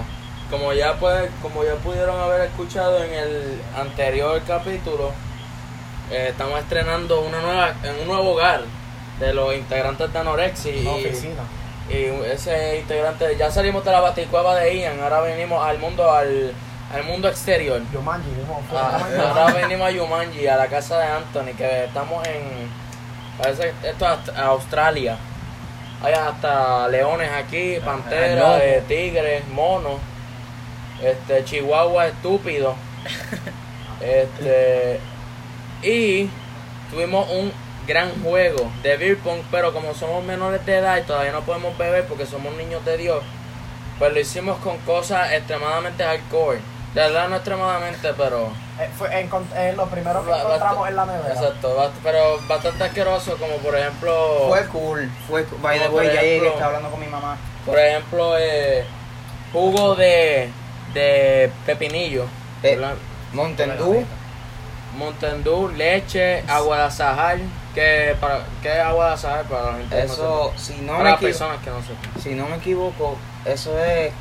como ya pues, como ya pudieron haber escuchado en el anterior capítulo, eh, estamos estrenando una nueva, en un nuevo hogar de los integrantes de Anorexi
Ah,
Una
y,
oficina.
y ese integrante ya salimos de la baticueva de Ian, ahora venimos al mundo al, al mundo exterior.
Yo manji, mismo.
Ah, ahora venimos a Yumanji, a la casa de Anthony, que estamos en. Parece que esto es hasta- Australia. Hay hasta leones aquí,
lobo.
panteras, eh, tigres, monos, este, chihuahua estúpido. este. Y tuvimos un gran juego de beer pong, pero como somos menores de edad y todavía no podemos beber porque somos niños de Dios, pues lo hicimos con cosas extremadamente hardcore. La verdad no extremadamente, pero...
Eh, fue, encont- eh, lo primero que
Ba- bast-
encontramos en la nevera.
Exacto, bast- pero bastante asqueroso, como por ejemplo...
Fue cool, fue cool. By the
Como por
way, ya llegué,
ejemplo-
estaba hablando con mi mamá.
Por ejemplo, eh, jugo de, de pepinillo,
Eh.
¿verdad?
Mountain Dew,
Mountain Dew, leche, agua de azahar. ¿Qué, para, ¿Qué es agua de azahar para la gente? que no
eso, si
sepa?
no
para
me
las
equivoco,
personas que no sepan.
si no me equivoco, eso es.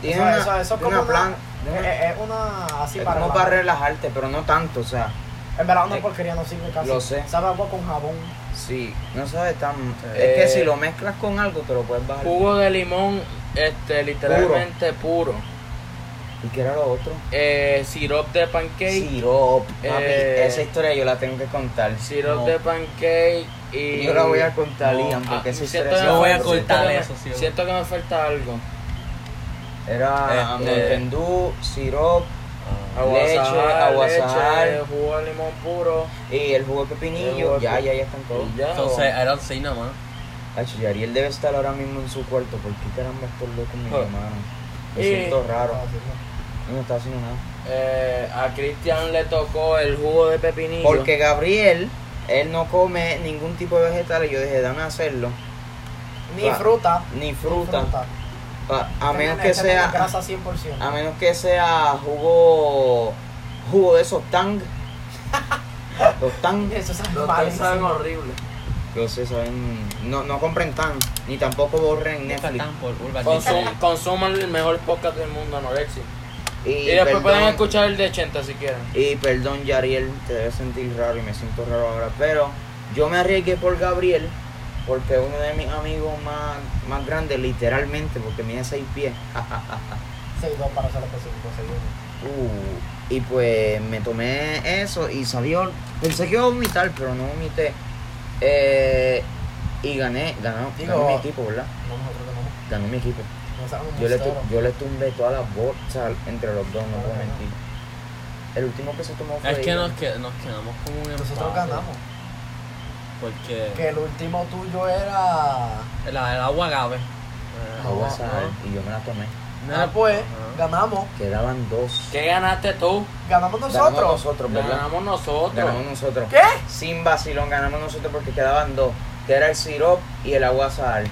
Tiene
Eso-
una,
eso- eso es
tiene
como
una plan-
Eh,
Es
eh,
tiene-
una así
es
para.
como
relajar.
para relajarte, pero no tanto, o sea,
En verdad, una
Eh,
porquería no sirve casi.
lo sé.
Sabe agua con jabón.
sí, no sabes tan.
Eh,
es que si lo mezclas con algo, te lo puedes bajar.
Jugo de limón, este, literalmente puro.
¿Y qué era lo otro?
Eh, sirop de pancake,
Sirop, papi,
Eh,
esa historia yo la tengo que contar.
sirop
No.
de pancake y...
Yo la voy a contar,
No,
Ian, porque
ah,
esa
siento
historia
que
es
me
Yo voy a
falta- siento
cortar
que me-
eso, sí, yo-
Siento que me falta algo.
Era
Este-
Mountain Dew, sirop
de
Leche,
azahar,
agua
leche,
azahar.
jugo de limón puro.
y el jugo de
El
pepinillo.
jugo de
Ya,
pe-
ya, ya están todos.
y ya,
Entonces,
o-
Ah, I don't see nada más.
Hacho, y Ariel debe estar ahora mismo en su cuarto. ¿Por qué caramba estos locos me
Joder.
llamaron? Me
Y-
siento raro. No me está haciendo nada.
Eh, a Cristian le tocó el jugo de pepinillo.
Porque Gabriel, él no come ningún tipo de vegetales. Yo dije, dame hacerlo.
Ni
Ah,
fruta.
Ni
ni
fruta.
fruta.
Pa- a
Este
menos
nene-
que
este nene es
sea.
grasa 100%.
A menos que sea jugo. Jugo de esos tang. Los tang.
Eso es
Los tres
malísimo.
saben horrible.
Los sé, saben. No, no compren tang. Ni tampoco borren Netflix.
Faltan por Urban Dictionary.
Consum- consuman el mejor podcast del mundo, Anorexia.
Y,
Y después
perdón-
pueden escuchar el de 80 si quieren.
Y perdón, Yariel, te debes sentir raro y me siento raro ahora. Pero yo me arriesgué por Gabriel, porque uno de mis amigos más, más grandes, literalmente, porque mide seis pies.
Seis, dos para ser específico, seis, uno.
Uh, y pues me tomé eso y salió. Pensé que iba a vomitar, pero no vomité. Eh, y gané, ganó,
Digo-
ganó mi equipo, ¿verdad?
No, nosotros no.
Ganó mi equipo.
Nosotros no
Yo le, tu-
cero.
yo le tumbé todas las bolsas entre los dos, no puedo
Ah.
mentir. El último que se tomó fue.
Es que
Ian.
nos, que- nos quedamos con un empate.
Nosotros ganamos.
Porque
Que el último tuyo era.
la, el agua agave. Eh,
Agua sal,
¿no?
y yo me la tomé.
No,
Ah, pues,
ajá.
ganamos.
Quedaban dos.
¿Qué ganaste tú?
Ganamos
Ganamos nosotros.
nosotros, ¿verdad?
Ganamos nosotros.
Ganamos nosotros.
¿Qué?
Sin vacilón, ganamos nosotros porque quedaban dos. Que era el sirop y el agua sal.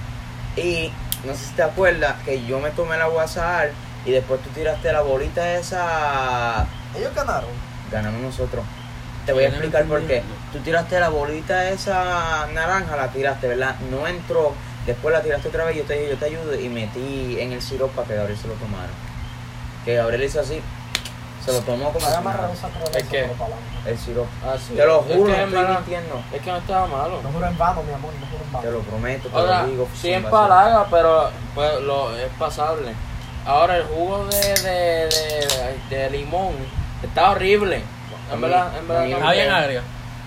Y no sé si te acuerdas que yo me tomé el agua sal y después tú tiraste la bolita esa.
Ellos ganaron.
Ganamos nosotros. Te voy a
Yo no
explicar por qué.
entendí.
Tú tiraste la bolita esa naranja, la tiraste, ¿verdad? No entró. Después la tiraste otra vez, yo te dije, yo te ayudo y metí en el sirop para que Gabriel se lo tomara. Que Gabriel hizo así, se lo tomó como
Haga
si
más
nada.
rehúsa, pero
¿El
eso,
qué?
pero pa'lante.
el sirop.
Ah, sí.
Te lo
Es que
juro, no
en
estoy
verdad-
mintiendo.
Es que no estaba malo.
No juro en vano, mi amor, no juro en
Te
vano.
lo prometo, te
Ahora,
lo digo.
sí
sin
es
vacilar.
palaga, pero pues, lo, es pasable. Ahora, el jugo de, de, de, de limón está horrible. En verdad, en verdad.
A mí-
no
a
Está
mí
bien
me-
agrio.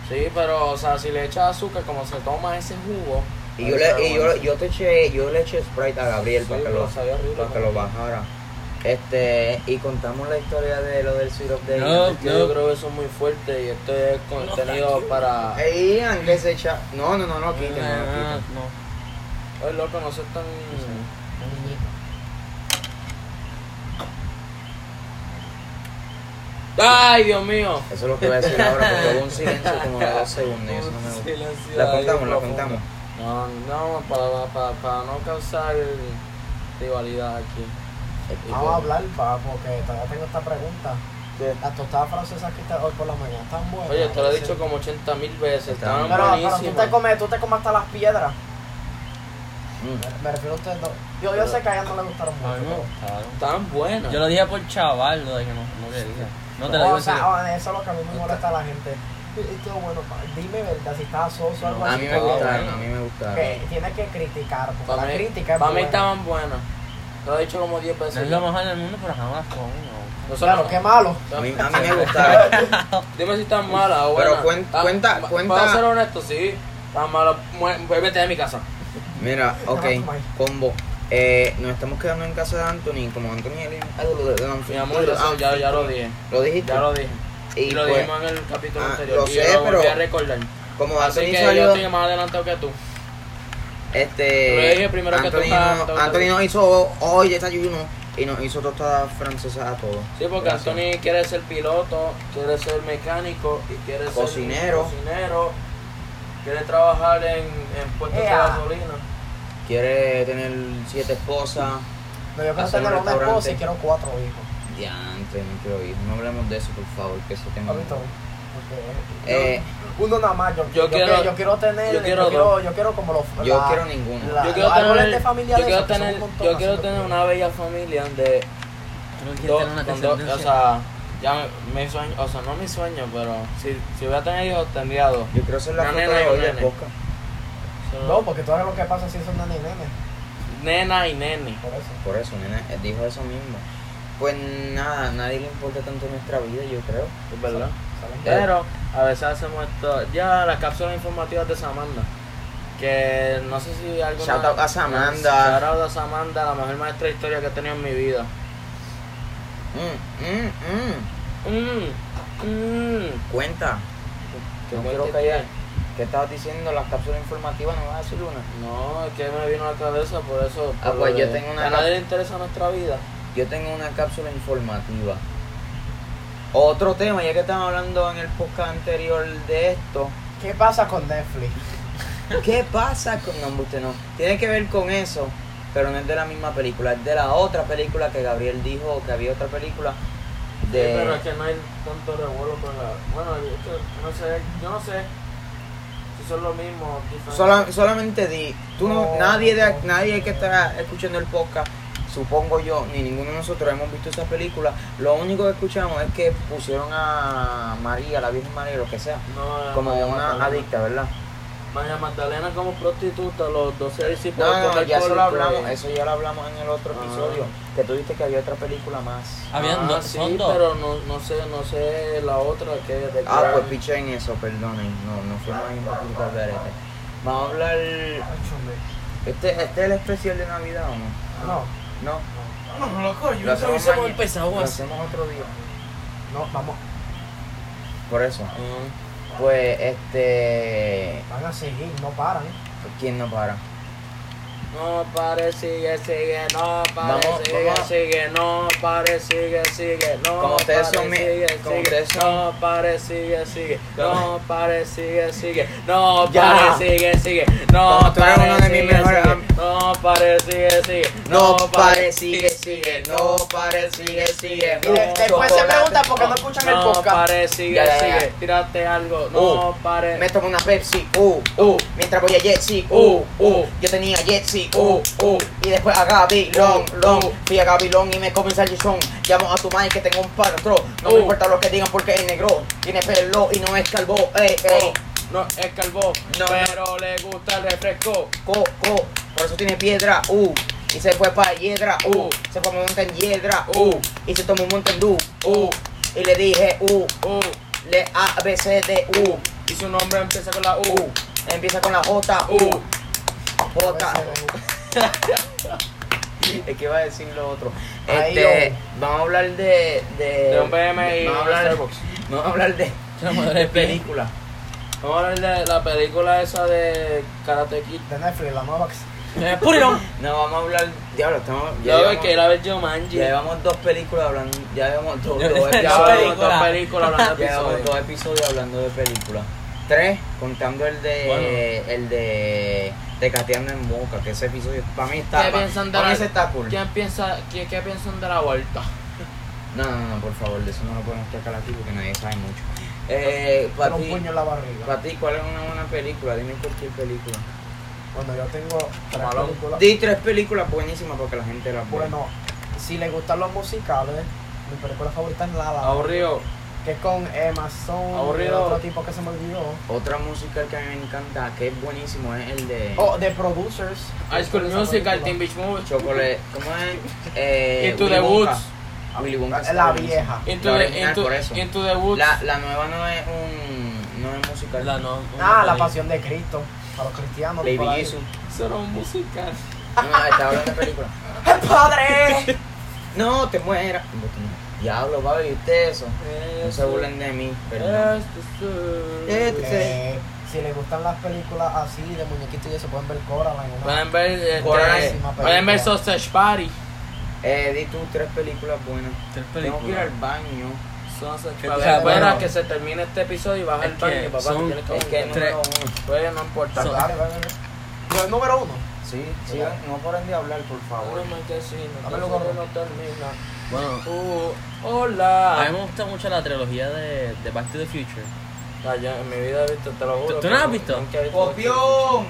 Sí, pero, o sea, si le echas azúcar, como se toma ese jugo.
Y yo
sabe
le, y yo,
bueno.
yo te eché, yo le eché Sprite a Gabriel
Sí,
para que
pero
lo,
sabía horrible,
para que
¿no?
lo bajara. Este, y contamos la historia de lo del sirop de
No.
Ian.
Es que Yo creo que eso es muy fuerte y esto es contenido para.
Eh, Ian, que se echa. No, no, no, no, quiten, no, no,
Ah,
quiten.
no.
Ay, loco, no se tan. ¡Ay, Dios mío!
Eso es lo que voy a decir ahora, porque hubo un silencio como de dos segundos y eso no me gusta. La contamos, la contamos.
No, no, para, para, para no causar rivalidad aquí.
Vamos a hablar, pa, porque todavía tengo esta pregunta. Las tostadas francesas que te hoy por la mañana están buenas.
Oye, te lo he
Sí.
dicho como 80 mil veces,
Está
estaban
bien.
Pero, pero tú, te
buenísimas.
comes, tú te comes hasta las piedras.
Mm.
Me refiero a ustedes dos. Yo, yo sé que a ella no le gustaron mucho.
A mí me
pero-
gustaron.
Estaban buenas.
Yo lo dije por chaval, lo de que no, no quería. No te lo digo
O
en
sea,
serio.
ah, eso es lo que a mí me molesta a la gente. Esto bueno, pa, dime verdad, si estás soso o algo
A
así.
mí me
que-
gustaron, a mí me gustaron.
Que tienes que criticar, porque
Para
la
mí,
crítica es
para mí
buena.
estaban buenas. Te lo he dicho como 10 veces.
No es lo mejor del mundo, pero jamás con no.
No son-
Claro, qué malo.
A mí, a mí me gustaron.
Dime si están malas o
Pero
buenas.
cuen-
Tan-
cuenta-
pa-
cuenta-
Para ser honesto, sí. Están malas. Mue- Vete de mi casa.
Mira, ok, combo. Eh, nos estamos quedando en casa de Anthony, como Anthony el- el-
Mi amor, eso ya, ya lo dije.
Lo dijiste.
Ya lo dije.
ah, y
Y lo
pues,
dijimos en el capítulo
ah,
anterior.
lo
y
sé,
yo lo volví
pero-
a recordar.
como
Así
Anthony
que yo
salió,
estoy más adelantado que tú.
este,
Lo dije primero que
Anthony,
toca-
no,
toca-
Anthony no hizo hoy desayuno, y nos hizo tostadas francesas a todos.
Sí, porque
Gracias.
Anthony quiere ser piloto, quiere ser mecánico y quiere
Cocinero.
ser cocinero. Quiere trabajar en, en puestos
Ea.
de gasolina.
Quiere tener siete esposas.
No, yo pensé
Hacer
que
un
era una esposa
restaurante.
y quiero cuatro hijos.
Diante, no quiero ir. No hablemos de eso, por favor, que eso tengo.
¿Has visto? Porque,
Mm. Eh,
yo- uno nada más. Yo,
yo
yo
quiero-
quiero, yo quiero tener.
yo
Yo
quiero
quiero, yo
dos.
quiero, como los.
yo
la-
quiero ninguno.
la-
Yo quiero
los árboles de
tener,
familia
yo
de
quiero
esos que son
tener,
un montón,
yo
así
quiero
que-
tener una bella familia de
Creo que
dos,
tiene una
con dos,
descendencia.
o sea, ya me- mi sueño, o sea, no mi sueño, pero si, si voy a tener hijos tendría dos.
Yo quiero ser la
Una
foto
nena y
de
un
hoy de
nene.
Posca.
Solo-
No, porque tú sabes lo que pasa si son nene y nene.
Nena y nene.
Por eso.
Por eso, nena, él dijo eso mismo. Pues nada, a nadie le importa tanto nuestra vida, yo creo.
Es verdad.
¿sabes?
Pero a veces hacemos esto. Ya las cápsulas informativas de Samanda. Que no sé si alguna.
Shout out a Samantha.
Shout out a Samanda, la mejor maestra de historia que he tenido en mi vida.
Mm, mm, mm.
Mmm. Mmm.
Cuenta.
¿Qué
No
cuenta
quiero
tiene?
callar. ¿Qué estabas diciendo? Las cápsulas informativas no vas a decir una.
No, es que me vino a la cabeza por eso.
Ah,
por
pues
lo
yo
de-
tengo una
A nadie le interesa nuestra vida.
Yo tengo una cápsula informativa. Otro tema, ya que estábamos hablando en el podcast anterior de esto.
¿Qué pasa con Netflix?
¿Qué pasa con.? No, usted no. Tiene que ver con eso, pero no es de la misma película, es de la otra película que Gabriel dijo que había otra película. De...
Sí, pero es que no hay tanto revuelo con la. Bueno, es que no sé. Yo no sé si son lo mismo. diferentes.
Sola- solamente di, tú no,
No,
nadie de,
no.
nadie que está escuchando el podcast, supongo yo, ni ninguno de nosotros hemos visto esa película. Lo único que escuchamos es que pusieron a María, la Virgen María, lo que sea,
Ah, No,
como
María
una
Magdalena.
adicta, ¿verdad?
María Magdalena como prostituta, los 12 discípulos.
No, no,
con
ya eso lo
alcohol,
hablamos,
eh.
eso ya lo hablamos en el otro
Ah.
episodio, que tú viste que había otra película más.
Habían
Ah,
dos,
sí,
son dos.
pero no, no sé, no sé la otra que de
Ah,
cuál.
pues piché en eso, perdonen, no, no fue más importante al garete. Vamos a hablar, este, este es el especial de Navidad o no?
No,
No,
No, loco,
Lo hacemos
hubiésemos
mañana.
empezado
lo hacemos otro día.
no, vamos.
Por eso.
Ah,
Pues este.
Van a seguir, no paran.
¿Quién no para?
No pare, sigue, sigue, no pare,
Vamos,
sigue,
vamos.
sigue, no pare, sigue, sigue, no
Como ustedes
pare,
son mi-
sigue,
como
sigue,
ustedes son-
no pare, sigue, sigue, no pare, sigue, sigue, no
Ya.
pare, sigue, sigue, no
Como tú eres
pare,
uno de
sigue,
mis mejores
sigue,
am-
no pare, sigue, sigue,
No pare, sigue, sigue, no pare, sigue, sigue.
Y de-
no,
después se
chocolate.
preguntan por qué no escuchan el
No
podcast.
pare, sigue,
Ya, ya, ya.
sigue, tírate algo, no
Uh,
pare.
Me tomo una Pepsi, uh, uh. Mientras voy a Jetsi, uh, uh. Yo tenía Jetsi, uh, uh. Y después a Gabilón, long. Fui a Gabilón y me comí salchichón. Llamo a tu madre que tengo un patrón. No me
Uh.
importa lo que digan porque es negro. Tiene pelo y no es calvo, Eh, ey, ey.
oh, No es calvo,
No,
pero le gusta el refresco.
co, co, por eso tiene piedra, uh, y se fue para hiedra, uh, se fue a montar en hiedra, uh, y se tomó un montón uh, y le dije, uh,
Uh,
le A, B, C, D, U,
y su nombre empieza con la U.
uh, empieza con la J,
Uh,
U, J, Uh. es que iba a decir lo otro,
Ay,
este, vamos a hablar de, de,
de un BM y
vamos a
un
hablar,
Starbucks.
vamos a hablar de, de película,
Vamos a hablar de la película esa de Karate Kid.
De Netflix, la nueva. que-
Put it on.
no, vamos a hablar, diablo, estamos,
Yo
ya
que era
llevamos,
ver Jumanji.
ya llevamos dos películas hablando, ya llevamos dos, dos
Ya
Ya
episodios.
hablamos de
película.
película hablando de
Llevamos dos
episodios.
episodios hablando de películas. Tres, contando el de.
Bueno.
El de. De Cateando en Boca, que ese episodio para mí está.
¿Qué
pa-
piensan de
pa' mí
la-
ese está cool.
¿Quién piensa, qué, qué piensan de la vuelta?
No, no, no, por favor, de eso no lo podemos tocar aquí porque nadie sabe mucho. Eh, para
Con un
ti,
puño en la barriga.
pa' ti, ¿cuál es una buena película? Dime cualquier película.
Bueno, yo tengo tres
Malón.
películas.
Di tres películas buenísimas porque la gente las ve.
Bueno, si les gustan los musicales, mi película favorita es La La Land,
Aburrido.
Que es con Emma Stone y
Aburrido.
otro tipo que se me olvidó.
Otra musical que a mí me encanta, que es buenísimo, es el de.
Oh, The Producers.
High School
Esa
Musical,
película.
Teen Beach Movie.
Chocolate. ¿Cómo es? Eh,
Into
Willy
the
Wonka. Ah,
Woods.
Willy Wonka está
La
buenísimo.
vieja.
Into
La
the,
original,
into,
por eso.
into the Woods.
La, la nueva no es un no es musical.
La no.
Ah, La Pasión de Cristo. Para los cristianos.
Baby
por ahí.
Jesus.
Eso era un musical.
No, está hablando de película.
¡El padre!
No, te mueras. Diablo, papi, ¿viste eso? No se burlen de mí, perdón.
Este-
Eh, si les gustan las películas así de muñequitos y eso, pueden ver Coraline. una-
Pueden ver, este,
Coraline.
pueden ver Sausage Party.
Eh, di tú tres películas buenas.
Tres
Tengo que ir al baño.
Son seis-
Que-
Papi,
o sea,
espera
bueno.
que se termine este episodio y vas
Es
al baño,
que
papá.
son-
que tienes
Es que
que
no
Tres.
número uno.
Pues no importa.
Son-
Dale, dale, dale.
Pero el número uno.
Sí, sí, no paren de hablar, por favor.
Háblame que sí, no,
Háblalo,
entonces
gordo.
no termina.
Bueno,
Uh,
a mí
hola.
me gusta mucho la trilogía de, de Back to the Future.
Ah, yo en mi vida he visto, te lo juro.
¿Tú- tú no la has
pero
visto?
nunca he visto
¡Copión!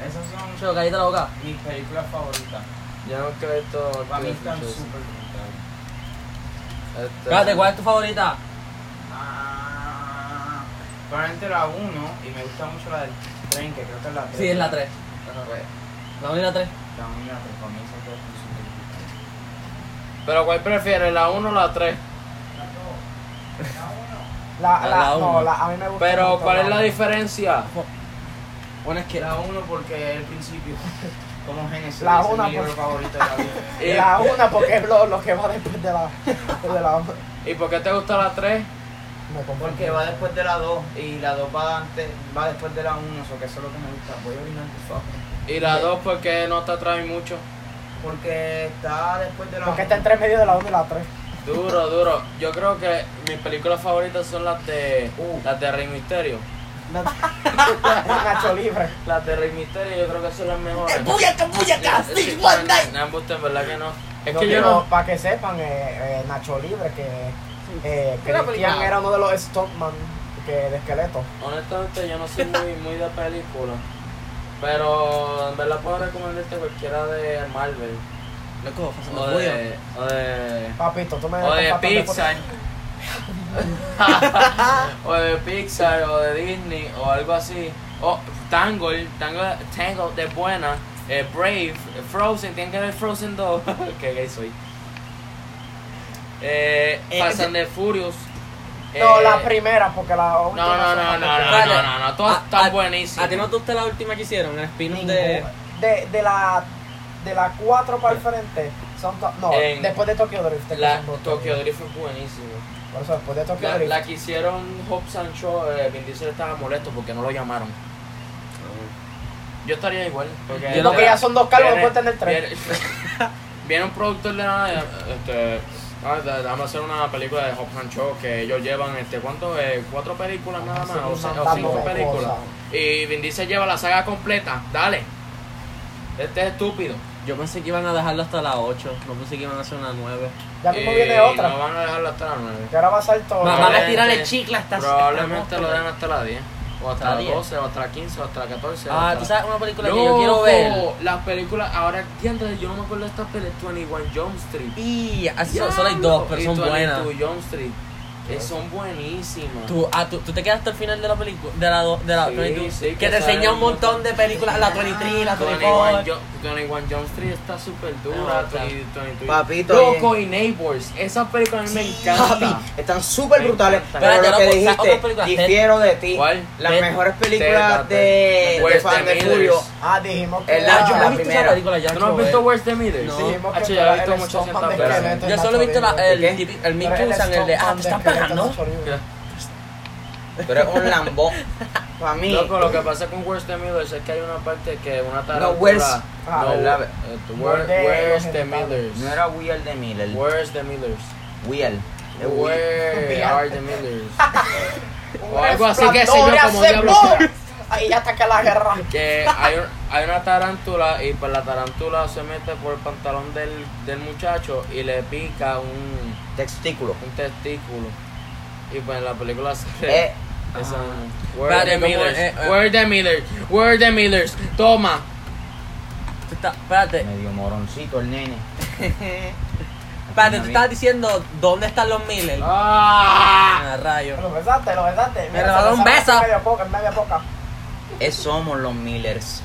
Esas son
Yo, cállate la boca.
mis películas favoritas.
Yo nunca he visto.
Para mí están
Este,
súper brutales.
este,
Espérate, ¿cuál es tu favorita?
Ah, Probablemente la 1 y me gusta mucho la del tren, que creo que es la 3.
Sí, es la 3.
Pues,
La 1 y la 3.
la 1 y la 3 para mí son todas súper brutales.
Pero ¿cuál prefieres, la 1 o la 3?
La,
La-
la,
la uno.
no, la, a mí me
Ah,
gusta.
Pero
mucho
¿cuál es la
uno.
diferencia?
Bueno, es que.
La 1 porque el principio, como Genesis,
La
es
uno
mi libro
porque-
favorito de la vida.
La una, porque es lo, lo que va después de la. De la
¿Y por qué te gusta la 3?
me compro
Porque va después de la 2 y la 2 va antes, va después de la 1, o sea que eso es lo que me gusta. Voy a orinar por favor.
¿Y la 2 porque no te atrae mucho?
Porque está después de la
Porque está entre medio de la 1 y la 3.
Duro, duro. Yo creo que mis películas favoritas son las de.
Uh.
Las de Rey Misterio.
Nacho Libre.
Las de Rey Misterio yo creo que son las mejores.
¡Búyacas!
Sí, no, no, no, embuste, en verdad que no. Es que yo no.
Para que sepan, eh, eh, Nacho Libre, que eh, Cristian
película.
era uno de los Stockman que, de esqueleto.
Honestamente, yo no soy muy, muy de película. Pero en verdad puedo recomendarte cualquiera de Marvel.
Loco, Fast and
O
the Furious.
de. O de.
Papito, tú me
O de
estás tratando
Pixar. o de Pixar, o de Disney, o algo así. O Tangle, Tangle, Tangle de buena. eh, Brave, eh, Frozen, tienen que ver Frozen 2. que gay soy. Eh, Fast and the Furious.
No,
eh,
la primera, porque la
No,
última.
no, no,
son
no, no, no,
bastante-
no, no, no, todas
A-
están
a-
buenísimas.
¿A ti no te gusta la última que hicieron? El spin-off
Ninguna.
de.
De, de la. De la 4 para el frente, son to- no,
En-
después de Tokyo Drift. que
La
son dos
Tokyo
también.
Drift es buenísimo.
Por eso, después de Tokyo
La,
Drift.
la que hicieron Hobbs Sancho, eh, Vin Diesel estaba molesto porque no lo llamaron. Yo estaría igual. Porque
Yo no
porque ya son dos cargos, no pueden tener tres.
Viene, viene un productor de nada, eh, este, ah, da- vamos a hacer una película de Hop and Show que ellos llevan, este, ¿cuánto? Eh, cuatro películas nada más, o,
Ah, Sí,
se- o
tampoco
cinco
es
películas.
cosa.
Y Vin Diesel lleva la saga completa, dale. Este es estúpido.
Yo pensé que iban a dejarlo hasta la 8. No pensé que iban a hacer una 9.
Ya mismo
Y
viene otra.
No van a dejarlo hasta la nueve.
Que ahora va a ser todo.
Mamá, van
Probablemente-
a tirarle chicle hasta
Probablemente
hasta-
lo den hasta la 10, o
¿Hasta
hasta
la
la
10?
12, o hasta la 15, o hasta la 14. o
Ah,
hasta
tú
la-
sabes una película que yo
Loco,
quiero ver.
Las películas, ahora, diantre, yo no me acuerdo de estas películas, 21 Jump Street.
Y ah, son,
Diablo.
solo hay dos, pero
Y
son
22
buenas.
Jump Street. Eh, son buenísimas.
Tú, ah, tú, tú te quedas hasta el final de la película, de la, do- de la
Sí,
22,
sí,
que,
que
te
salen
enseña un
un
montón
montón.
de películas, la 23, la
21
24.
Ju- 21 Jump Street está súper
Me
dura.
gusta.
22.
Papito,
Loco y Neighbors. Esa película a mí me encanta.
Papi, están súper
Me
brutales.
encanta.
Pero
Espérate,
lo que
loco, ¿sabes
dijiste,
otras películas?
difiero de ti.
¿Cuál?
Las
Ted-
mejores películas
Ted,
de, de
Where's
Fan
the
de
Millers?
Furio.
Ah, dijimos que.
El
era-
Nacho,
yo
la
no he visto esa
primera.
película ya.
¿Tú no has
quiero
visto
ver.
Where's the Middle?
No.
Dijimos
Ah,
que
che,
tú
yo he
eras
visto
el
muchas
Stockman
cientas
de
veces.
esqueleto y
Yo solo he
Nacho
visto la,
Libre.
el,
¿De qué?
tipi- el
Tú eres
Minchu
el
usan el
Stockman de
de, ah, tú estás
esqueleto,
pagando.
Nacho Libre.
Tú eres un lambón. Para mí.
Loco, lo que pasa con Where's the Millers es que hay una parte que una tarántula...
Where's-
Ah,
No,
¿verdad?
eh, Where-
Where the-
Where's the
No
Millers?
era Weird de Miller.
Where's the Millers?
Weird. De Weird.
Where are the Millers? O
Un
algo así que sé yo
resplandor
como
hace
diablos.
boom. Ahí ya ataca la guerra.
que hay, un- hay una tarántula y pues la tarántula se mete por el pantalón del, del muchacho y le pica un,
Testículo.
un testículo. Y pues en la película se
Eh,
esa-
ah.
Where are the
Espérate, ¿cómo
Millers?
es? Eh, eh.
Where are the Millers? Where are the Millers? Toma.
Tú estás- espérate,
medio moroncito el nene.
espérate, tú estabas diciendo dónde están los Miller.
Ah.
Ah, rayo.
Lo besaste, pues lo besaste.
Me regaló un beso.
En media boca, en media boca.
Es somos los Millers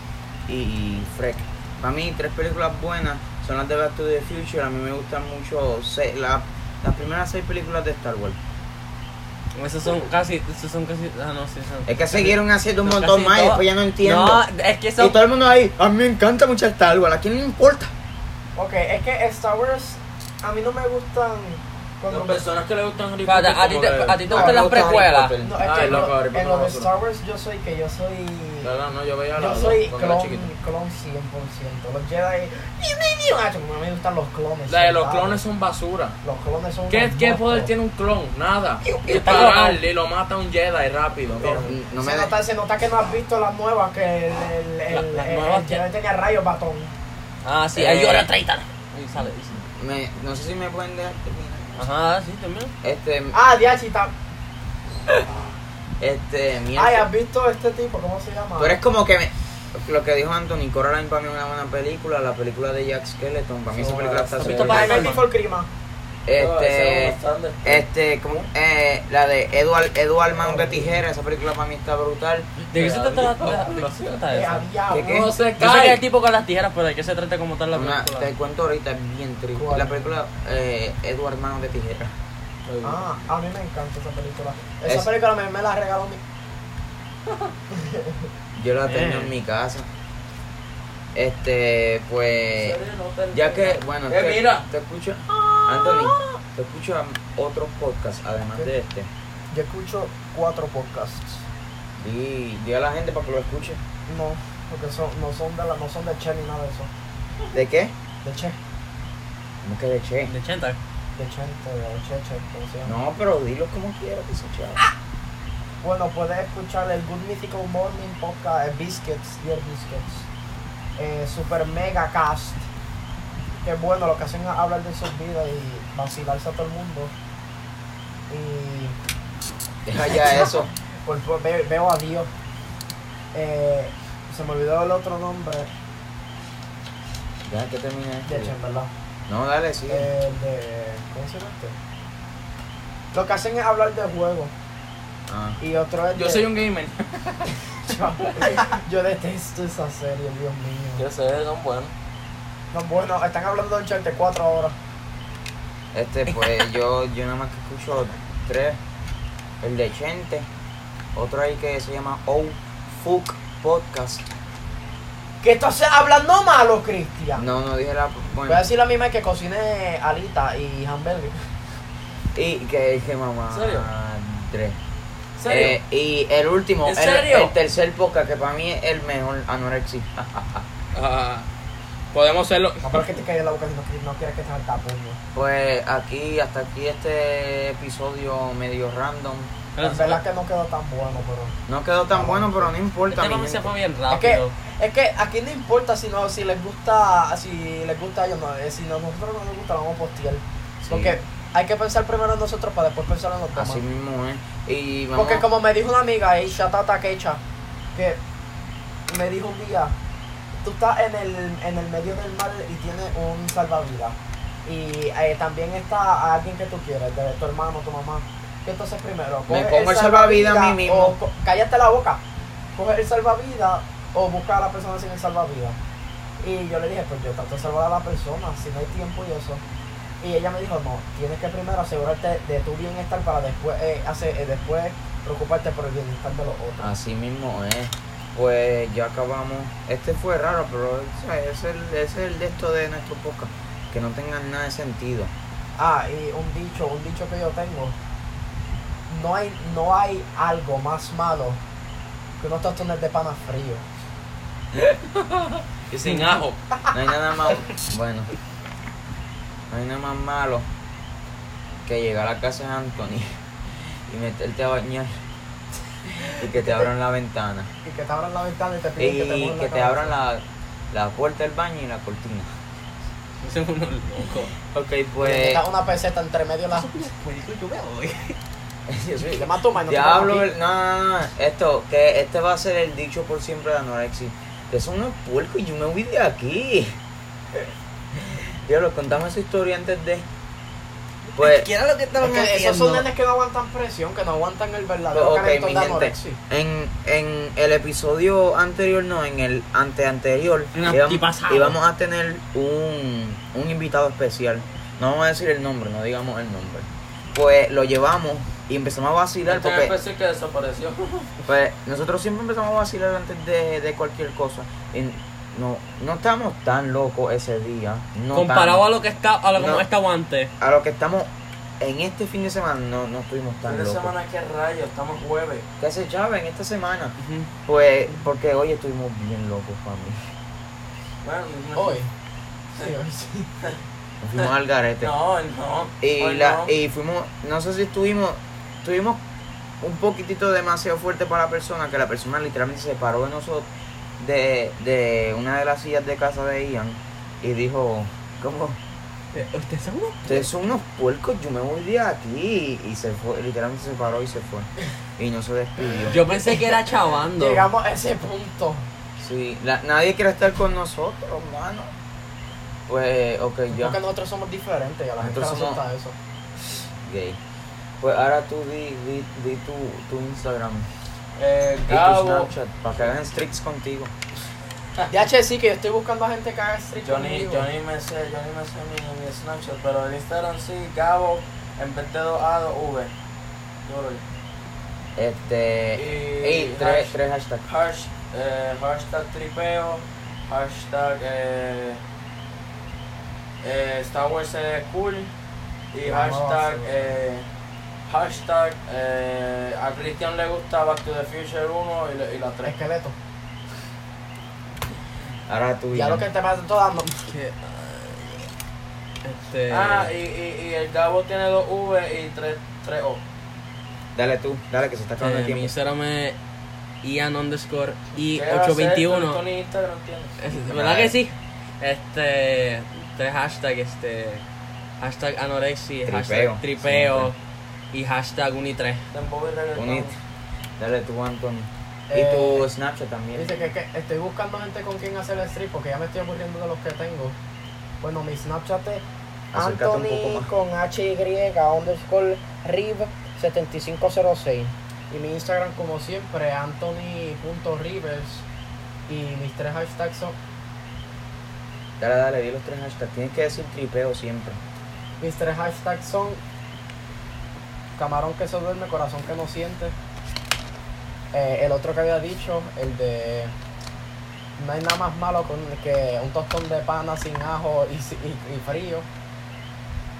y Freck. Para mí, tres películas buenas son las de Back to the Future. A mí me gustan mucho se- la- las primeras seis películas de Star Wars.
Esos son casi, esos son casi, ah, no, sí, son.
Es que siguieron haciendo un
son
montón
casi
más y
todas-
después ya no entiendo.
No, es que
y
son,
todo el mundo ahí, a mí me encanta mucho Star Wars, ¿a quién le importa?
Ok, es que Star Wars a mí no me gustan cuando-
Las personas que le gustan Harry
Espérate,
Potter.
¿a ti
como
te-
que-
a ti te
Ah,
gustan
me
las
gusta Harry
precuelas?
Potter.
No, es que
Ay,
en lo-
loco, Harry Potter.
en lo
no
de
me
Star Wars yo soy que yo soy...
gusta. No, no, no, yo veía
Yo
las
soy
dos cuando era
clon,
chiquito.
clon 100%. Los Jedi... ¡Miu, miu, miu! Ah, chum, a mí me gustan los clones.
La de los
¿sabes?
clones son basura.
Los clones son...
¿Qué,
unos
¿Qué
monstruos.
poder tiene un clon? Nada.
Piu, piu,
Y pararle lo mata un Jedi rápido.
Pero
mira.
No me
se,
de-
nota, se nota que no has visto las nuevas, que el, el, el,
La- las
el-
nuevas
el
que-
Jedi tenía rayos batón.
Ah, sí,
Eh.
ahí llora Traitor. Y sale. y sale.
Me- no sé si me pueden dejar terminar.
Ajá, sí, también.
Este,
Ah, diachita.
este,
Ay,
mierda.
has visto este tipo, ¿cómo se llama?
Pero es como que me- lo que dijo Anthony, Coraline para mí es una buena película, la película de Jack Skeleton, para mí esa película está
¿Has
súper
visto
buena.
Ay,
Spider-Man.
me before crima.
No, ese Oh, es
Este,
un estándar.
este, ¿cómo? Eh, la de Edward, Edward Mano de Tijera, esa película para mí está brutal.
¿De qué se trata la-
Cuidado.
la- de qué se trata
Eh,
esa?
había
¿Qué, qué?
uno-
No se
Yo sé que el
cae.
tipo con las tijeras, pero ¿de qué se trata como tal la
Una- te
película?
cuento ahorita, es bien triste.
¿Cuál?
La película eh, Edward Mano de Tijera.
Ah, a mí me encanta esa película. Esa
Es-
película me, me la regaló mi...
Yo la tengo
Eh.
en mi casa. Este, pues, ya que, bueno,
Eh,
te-
mira.
te escucho, Anthony, te escucho otros podcasts además de este.
Yo escucho cuatro podcasts.
Di, di a la gente para que lo escuche.
No, porque son, no, son de la, no son de Che ni nada de eso.
¿De qué?
De Che.
¿Cómo que de Che?
De 80.
De Che, de Che, Che, ¿cómo se llama?
No, pero dilo como quieras, que se chava.
Bueno, puedes escuchar el Good Mythical Morning Podcast, eh, Biscuits, Dear Biscuits, eh, Super Mega Cast. Que bueno, lo que hacen es hablar de sus vidas y vacilarse a todo el mundo. Y
Deja ya eso.
pues, pues, ve- veo a Dios. Eh, se me olvidó el otro nombre
Deja que termine esto.
de Che, ¿verdad?
No, dale, sí.
Eh, de, ¿Cómo se llama este? Lo que hacen es hablar de juegos.
Ah.
Y otro es
Yo
de-
soy un gamer.
Yo detesto esa serie, Dios mío.
sé, son buenos.
No, bueno, están hablando de 84 ahora.
Este, pues yo, yo nada más que escucho tres. El de Chente. Otro ahí que se llama Oh Fuck Podcast.
Que entonces hablando malo, Cristian.
No, no dije la.
Voy a
Bueno.
decir la misma que cocine alita y hamburger.
Y que dije mamá.
¿En serio?
Tres.
¿En serio?
Eh, y el último,
¿En
el,
serio?
el tercer podcast que para mí es el mejor, Anorexia.
Ah, podemos hacerlo.
No pero es que te caiga en la boca si no, quieres- no quieres que te salga puño.
Pues aquí, hasta aquí este episodio medio random.
En verdad que no quedó tan bueno, pero.
No quedó tan bueno, pero no importa.
Este
mi
mami se
gente.
fue bien
Es que,
rápido.
es que aquí no importa si no, si les gusta, si les gusta a ellos, no, eh, si no, nosotros no nos gusta, lo vamos a postear.
Sí,
Porque hay que pensar primero en nosotros para después pensar en los demás.
Así mismo es. Y vamos.
Porque como me dijo una amiga, ella Shatata Quecha, que me dijo un día, tú estás en el, en el medio del mar y tienes un salvavidas. Y eh, también está alguien que tú quieres, de tu hermano, tu mamá. ¿Qué entonces primero?
Me
coge
pongo el salvavidas a mí mismo.
o co- cállate la boca. Coge el salvavidas o busca a la persona sin el salvavidas. Y yo le dije, pues yo trato de salvar a la persona, si no hay tiempo y eso. Y ella me dijo, no, tienes que primero asegurarte de tu bienestar para después eh, hacer, eh, después preocuparte por el bienestar de los otros.
Así mismo es. Pues ya acabamos. Este fue raro, pero o sea, es el, es el de esto de nuestro podcast. Que no tengan nada de sentido.
Ah, y un dicho, un dicho que yo tengo. No hay, no hay algo más malo que unos tostones de pana frío.
Y sin ajo.
No hay nada más. Bueno. No hay nada más malo que llegar a la casa de Anthony y meterte a bañar y que te abran la ventana.
Y que te abran la ventana y te piden que te
Y
muevan
que
la
te
cabeza.
abran la, la puerta del baño y la cortina.
Son unos locos.
Ok,
Y que te
pues.
da una peseta entre medio de la...
yo soy-
Le mato mano.
Diablo, el- no, no, no, esto, que este va a ser el dicho por siempre de Anorexia. Que son unos puercos y yo me voy de aquí. Diablo, contame su historia antes de. Pues,
era lo que
Es que esos son nenes que no aguantan presión, que no aguantan el verdadero
Ok,
calentón
mi
de
gente.
anorexia.
en, en el episodio anterior, no, en el anteanterior,
En el
íbamos,
antipasado.
íbamos a tener un, un invitado especial. No vamos a decir el nombre, no digamos el nombre. Pues lo llevamos y empezamos a vacilar
Este
porque.
especie que desapareció.
Pues nosotros siempre empezamos a vacilar antes de, de cualquier cosa. Y no, no estamos tan locos ese día. No
Comparado
tan-
a lo que está, a lo como
No.
está guante.
a lo que estamos en este fin de semana no, no estuvimos tan
Fin de
locos.
semana, ¿qué rayos? Estamos jueves.
¿Qué hace Chávez en esta semana? Pues porque hoy estuvimos bien locos, mí.
Bueno, no-
Hoy. Sí, hoy sí.
Nos fuimos al garete.
No, no.
y,
hoy
la,
no.
y fuimos, no sé si estuvimos, estuvimos un poquitito demasiado fuerte para la persona, que la persona literalmente se paró de nosotros, de, de una de las sillas de casa de Ian, y dijo, ¿cómo?
Ustedes son unos
Ustedes son unos puercos, yo me voy de aquí. Y se fue, literalmente se paró y se fue. Y no se despidió.
Yo pensé que era chavando.
Llegamos a ese punto.
Sí, la- nadie quiere estar con nosotros, hermano. Pues, ok, ya.
Porque nosotros somos diferentes y a la gente le
Nosotros somos-
asusta eso.
Gay. Pues ahora tú di, di, di tu, tu Instagram
Eh,
y tu
Gabo,
Snapchat para que hagan streaks contigo.
Ya che, sí, que yo estoy buscando a gente que haga street
Johnny,
conmigo.
Johnny me sé, Johnny me sé mi, mi Snapchat, pero el Instagram sí, Gabo, en vez de 2A, 2V. Yo lo
Este.
Y
Y tres,
hash-
tres hashtags.
hash- eh, hashtag tripeo, hashtag eh, eh, Star Wars es cool y
No,
hashtag,
sí.
eh, hashtag eh, a Cristian le gusta Back to the Future 1 y, la- y la 3.
Esqueleto.
Ahora tú
Ya lo que te vas dando.
Que, este.
Ah,
eh,
y, y, y el Gabo tiene 2 V y 3, 3 O.
Dale tú, dale que se está acabando el
Eh, mi
tiempo.
Instagram es Ian underscore y
¿Qué va a hacer?
821.
Tú ni Instagram tienes.
Es- ¿Verdad que sí? Este. Tres hashtags, este. Hashtag anorexia,
Tripeo,
hashtag tripeo y hashtag unitre.
Dembow y reggaetón.
Bonito. Dale tú, Antonio.
Eh,
y tu Snapchat también.
Dice que, que estoy buscando gente con quien hacer el street porque ya me estoy aburriendo de los que tengo. Bueno, mi Snapchat es
Acércate un poco
Anthony
más.
con HY underscore RIB 7506. Y mi Instagram, como siempre, Anthony.Rivers. Y mis tres hashtags son.
Dale, dale, di los tres hashtags. Tienes que decir tripeo siempre.
Mis tres hashtags son. Camarón que se duerme, corazón que no siente. Eh, el otro que había dicho, el de. No hay nada más malo con- que un tostón de pana sin ajo y, si- y- y frío.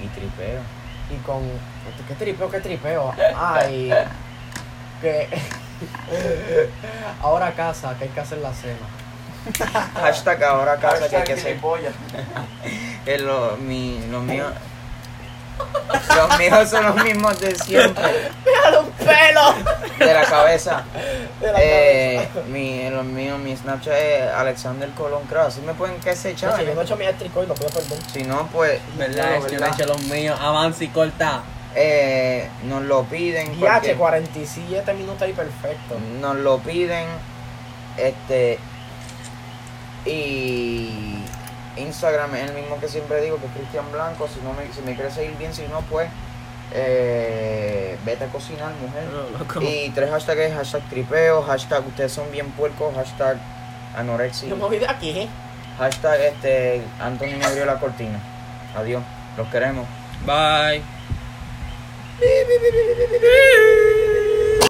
Y tripeo.
Y con. ¿Qué tripeo, qué tripeo? Ay. que. Ahora a casa, que hay que hacer la cena.
Hashtag ahora casa que hay
Hashtag
que hacer.
gilipollas.
Eh, lo- mi- los míos. los míos son los mismos de siempre.
¡Un pelo!
De la cabeza.
De la
Eh, mi, los míos, mi Snapchat es Alexander Colón Cross. Así me pueden que se
cabeza. No, si yo no he
echar.
hecho mi estrico y lo pido perdón.
Si no, pues
¿Verdad? Es que le eché los míos. Avanza y corta.
eh, nos lo piden.
DH,
cualquier-
47 minutos ahí perfecto.
nos lo piden. Este. Y. Instagram es el mismo que siempre digo, que es Cristian Blanco. Si, no me, si me quieres seguir bien, si no, pues. eh, vete a cocinar, mujer.
No, loco.
Y tres hashtags es hashtag tripeo, hashtag ustedes son bien puercos, hashtag anorexia,
Yo me voy de aquí, ¿eh?
hashtag este Anthony me abrió la cortina. Adiós, los queremos.
Bye.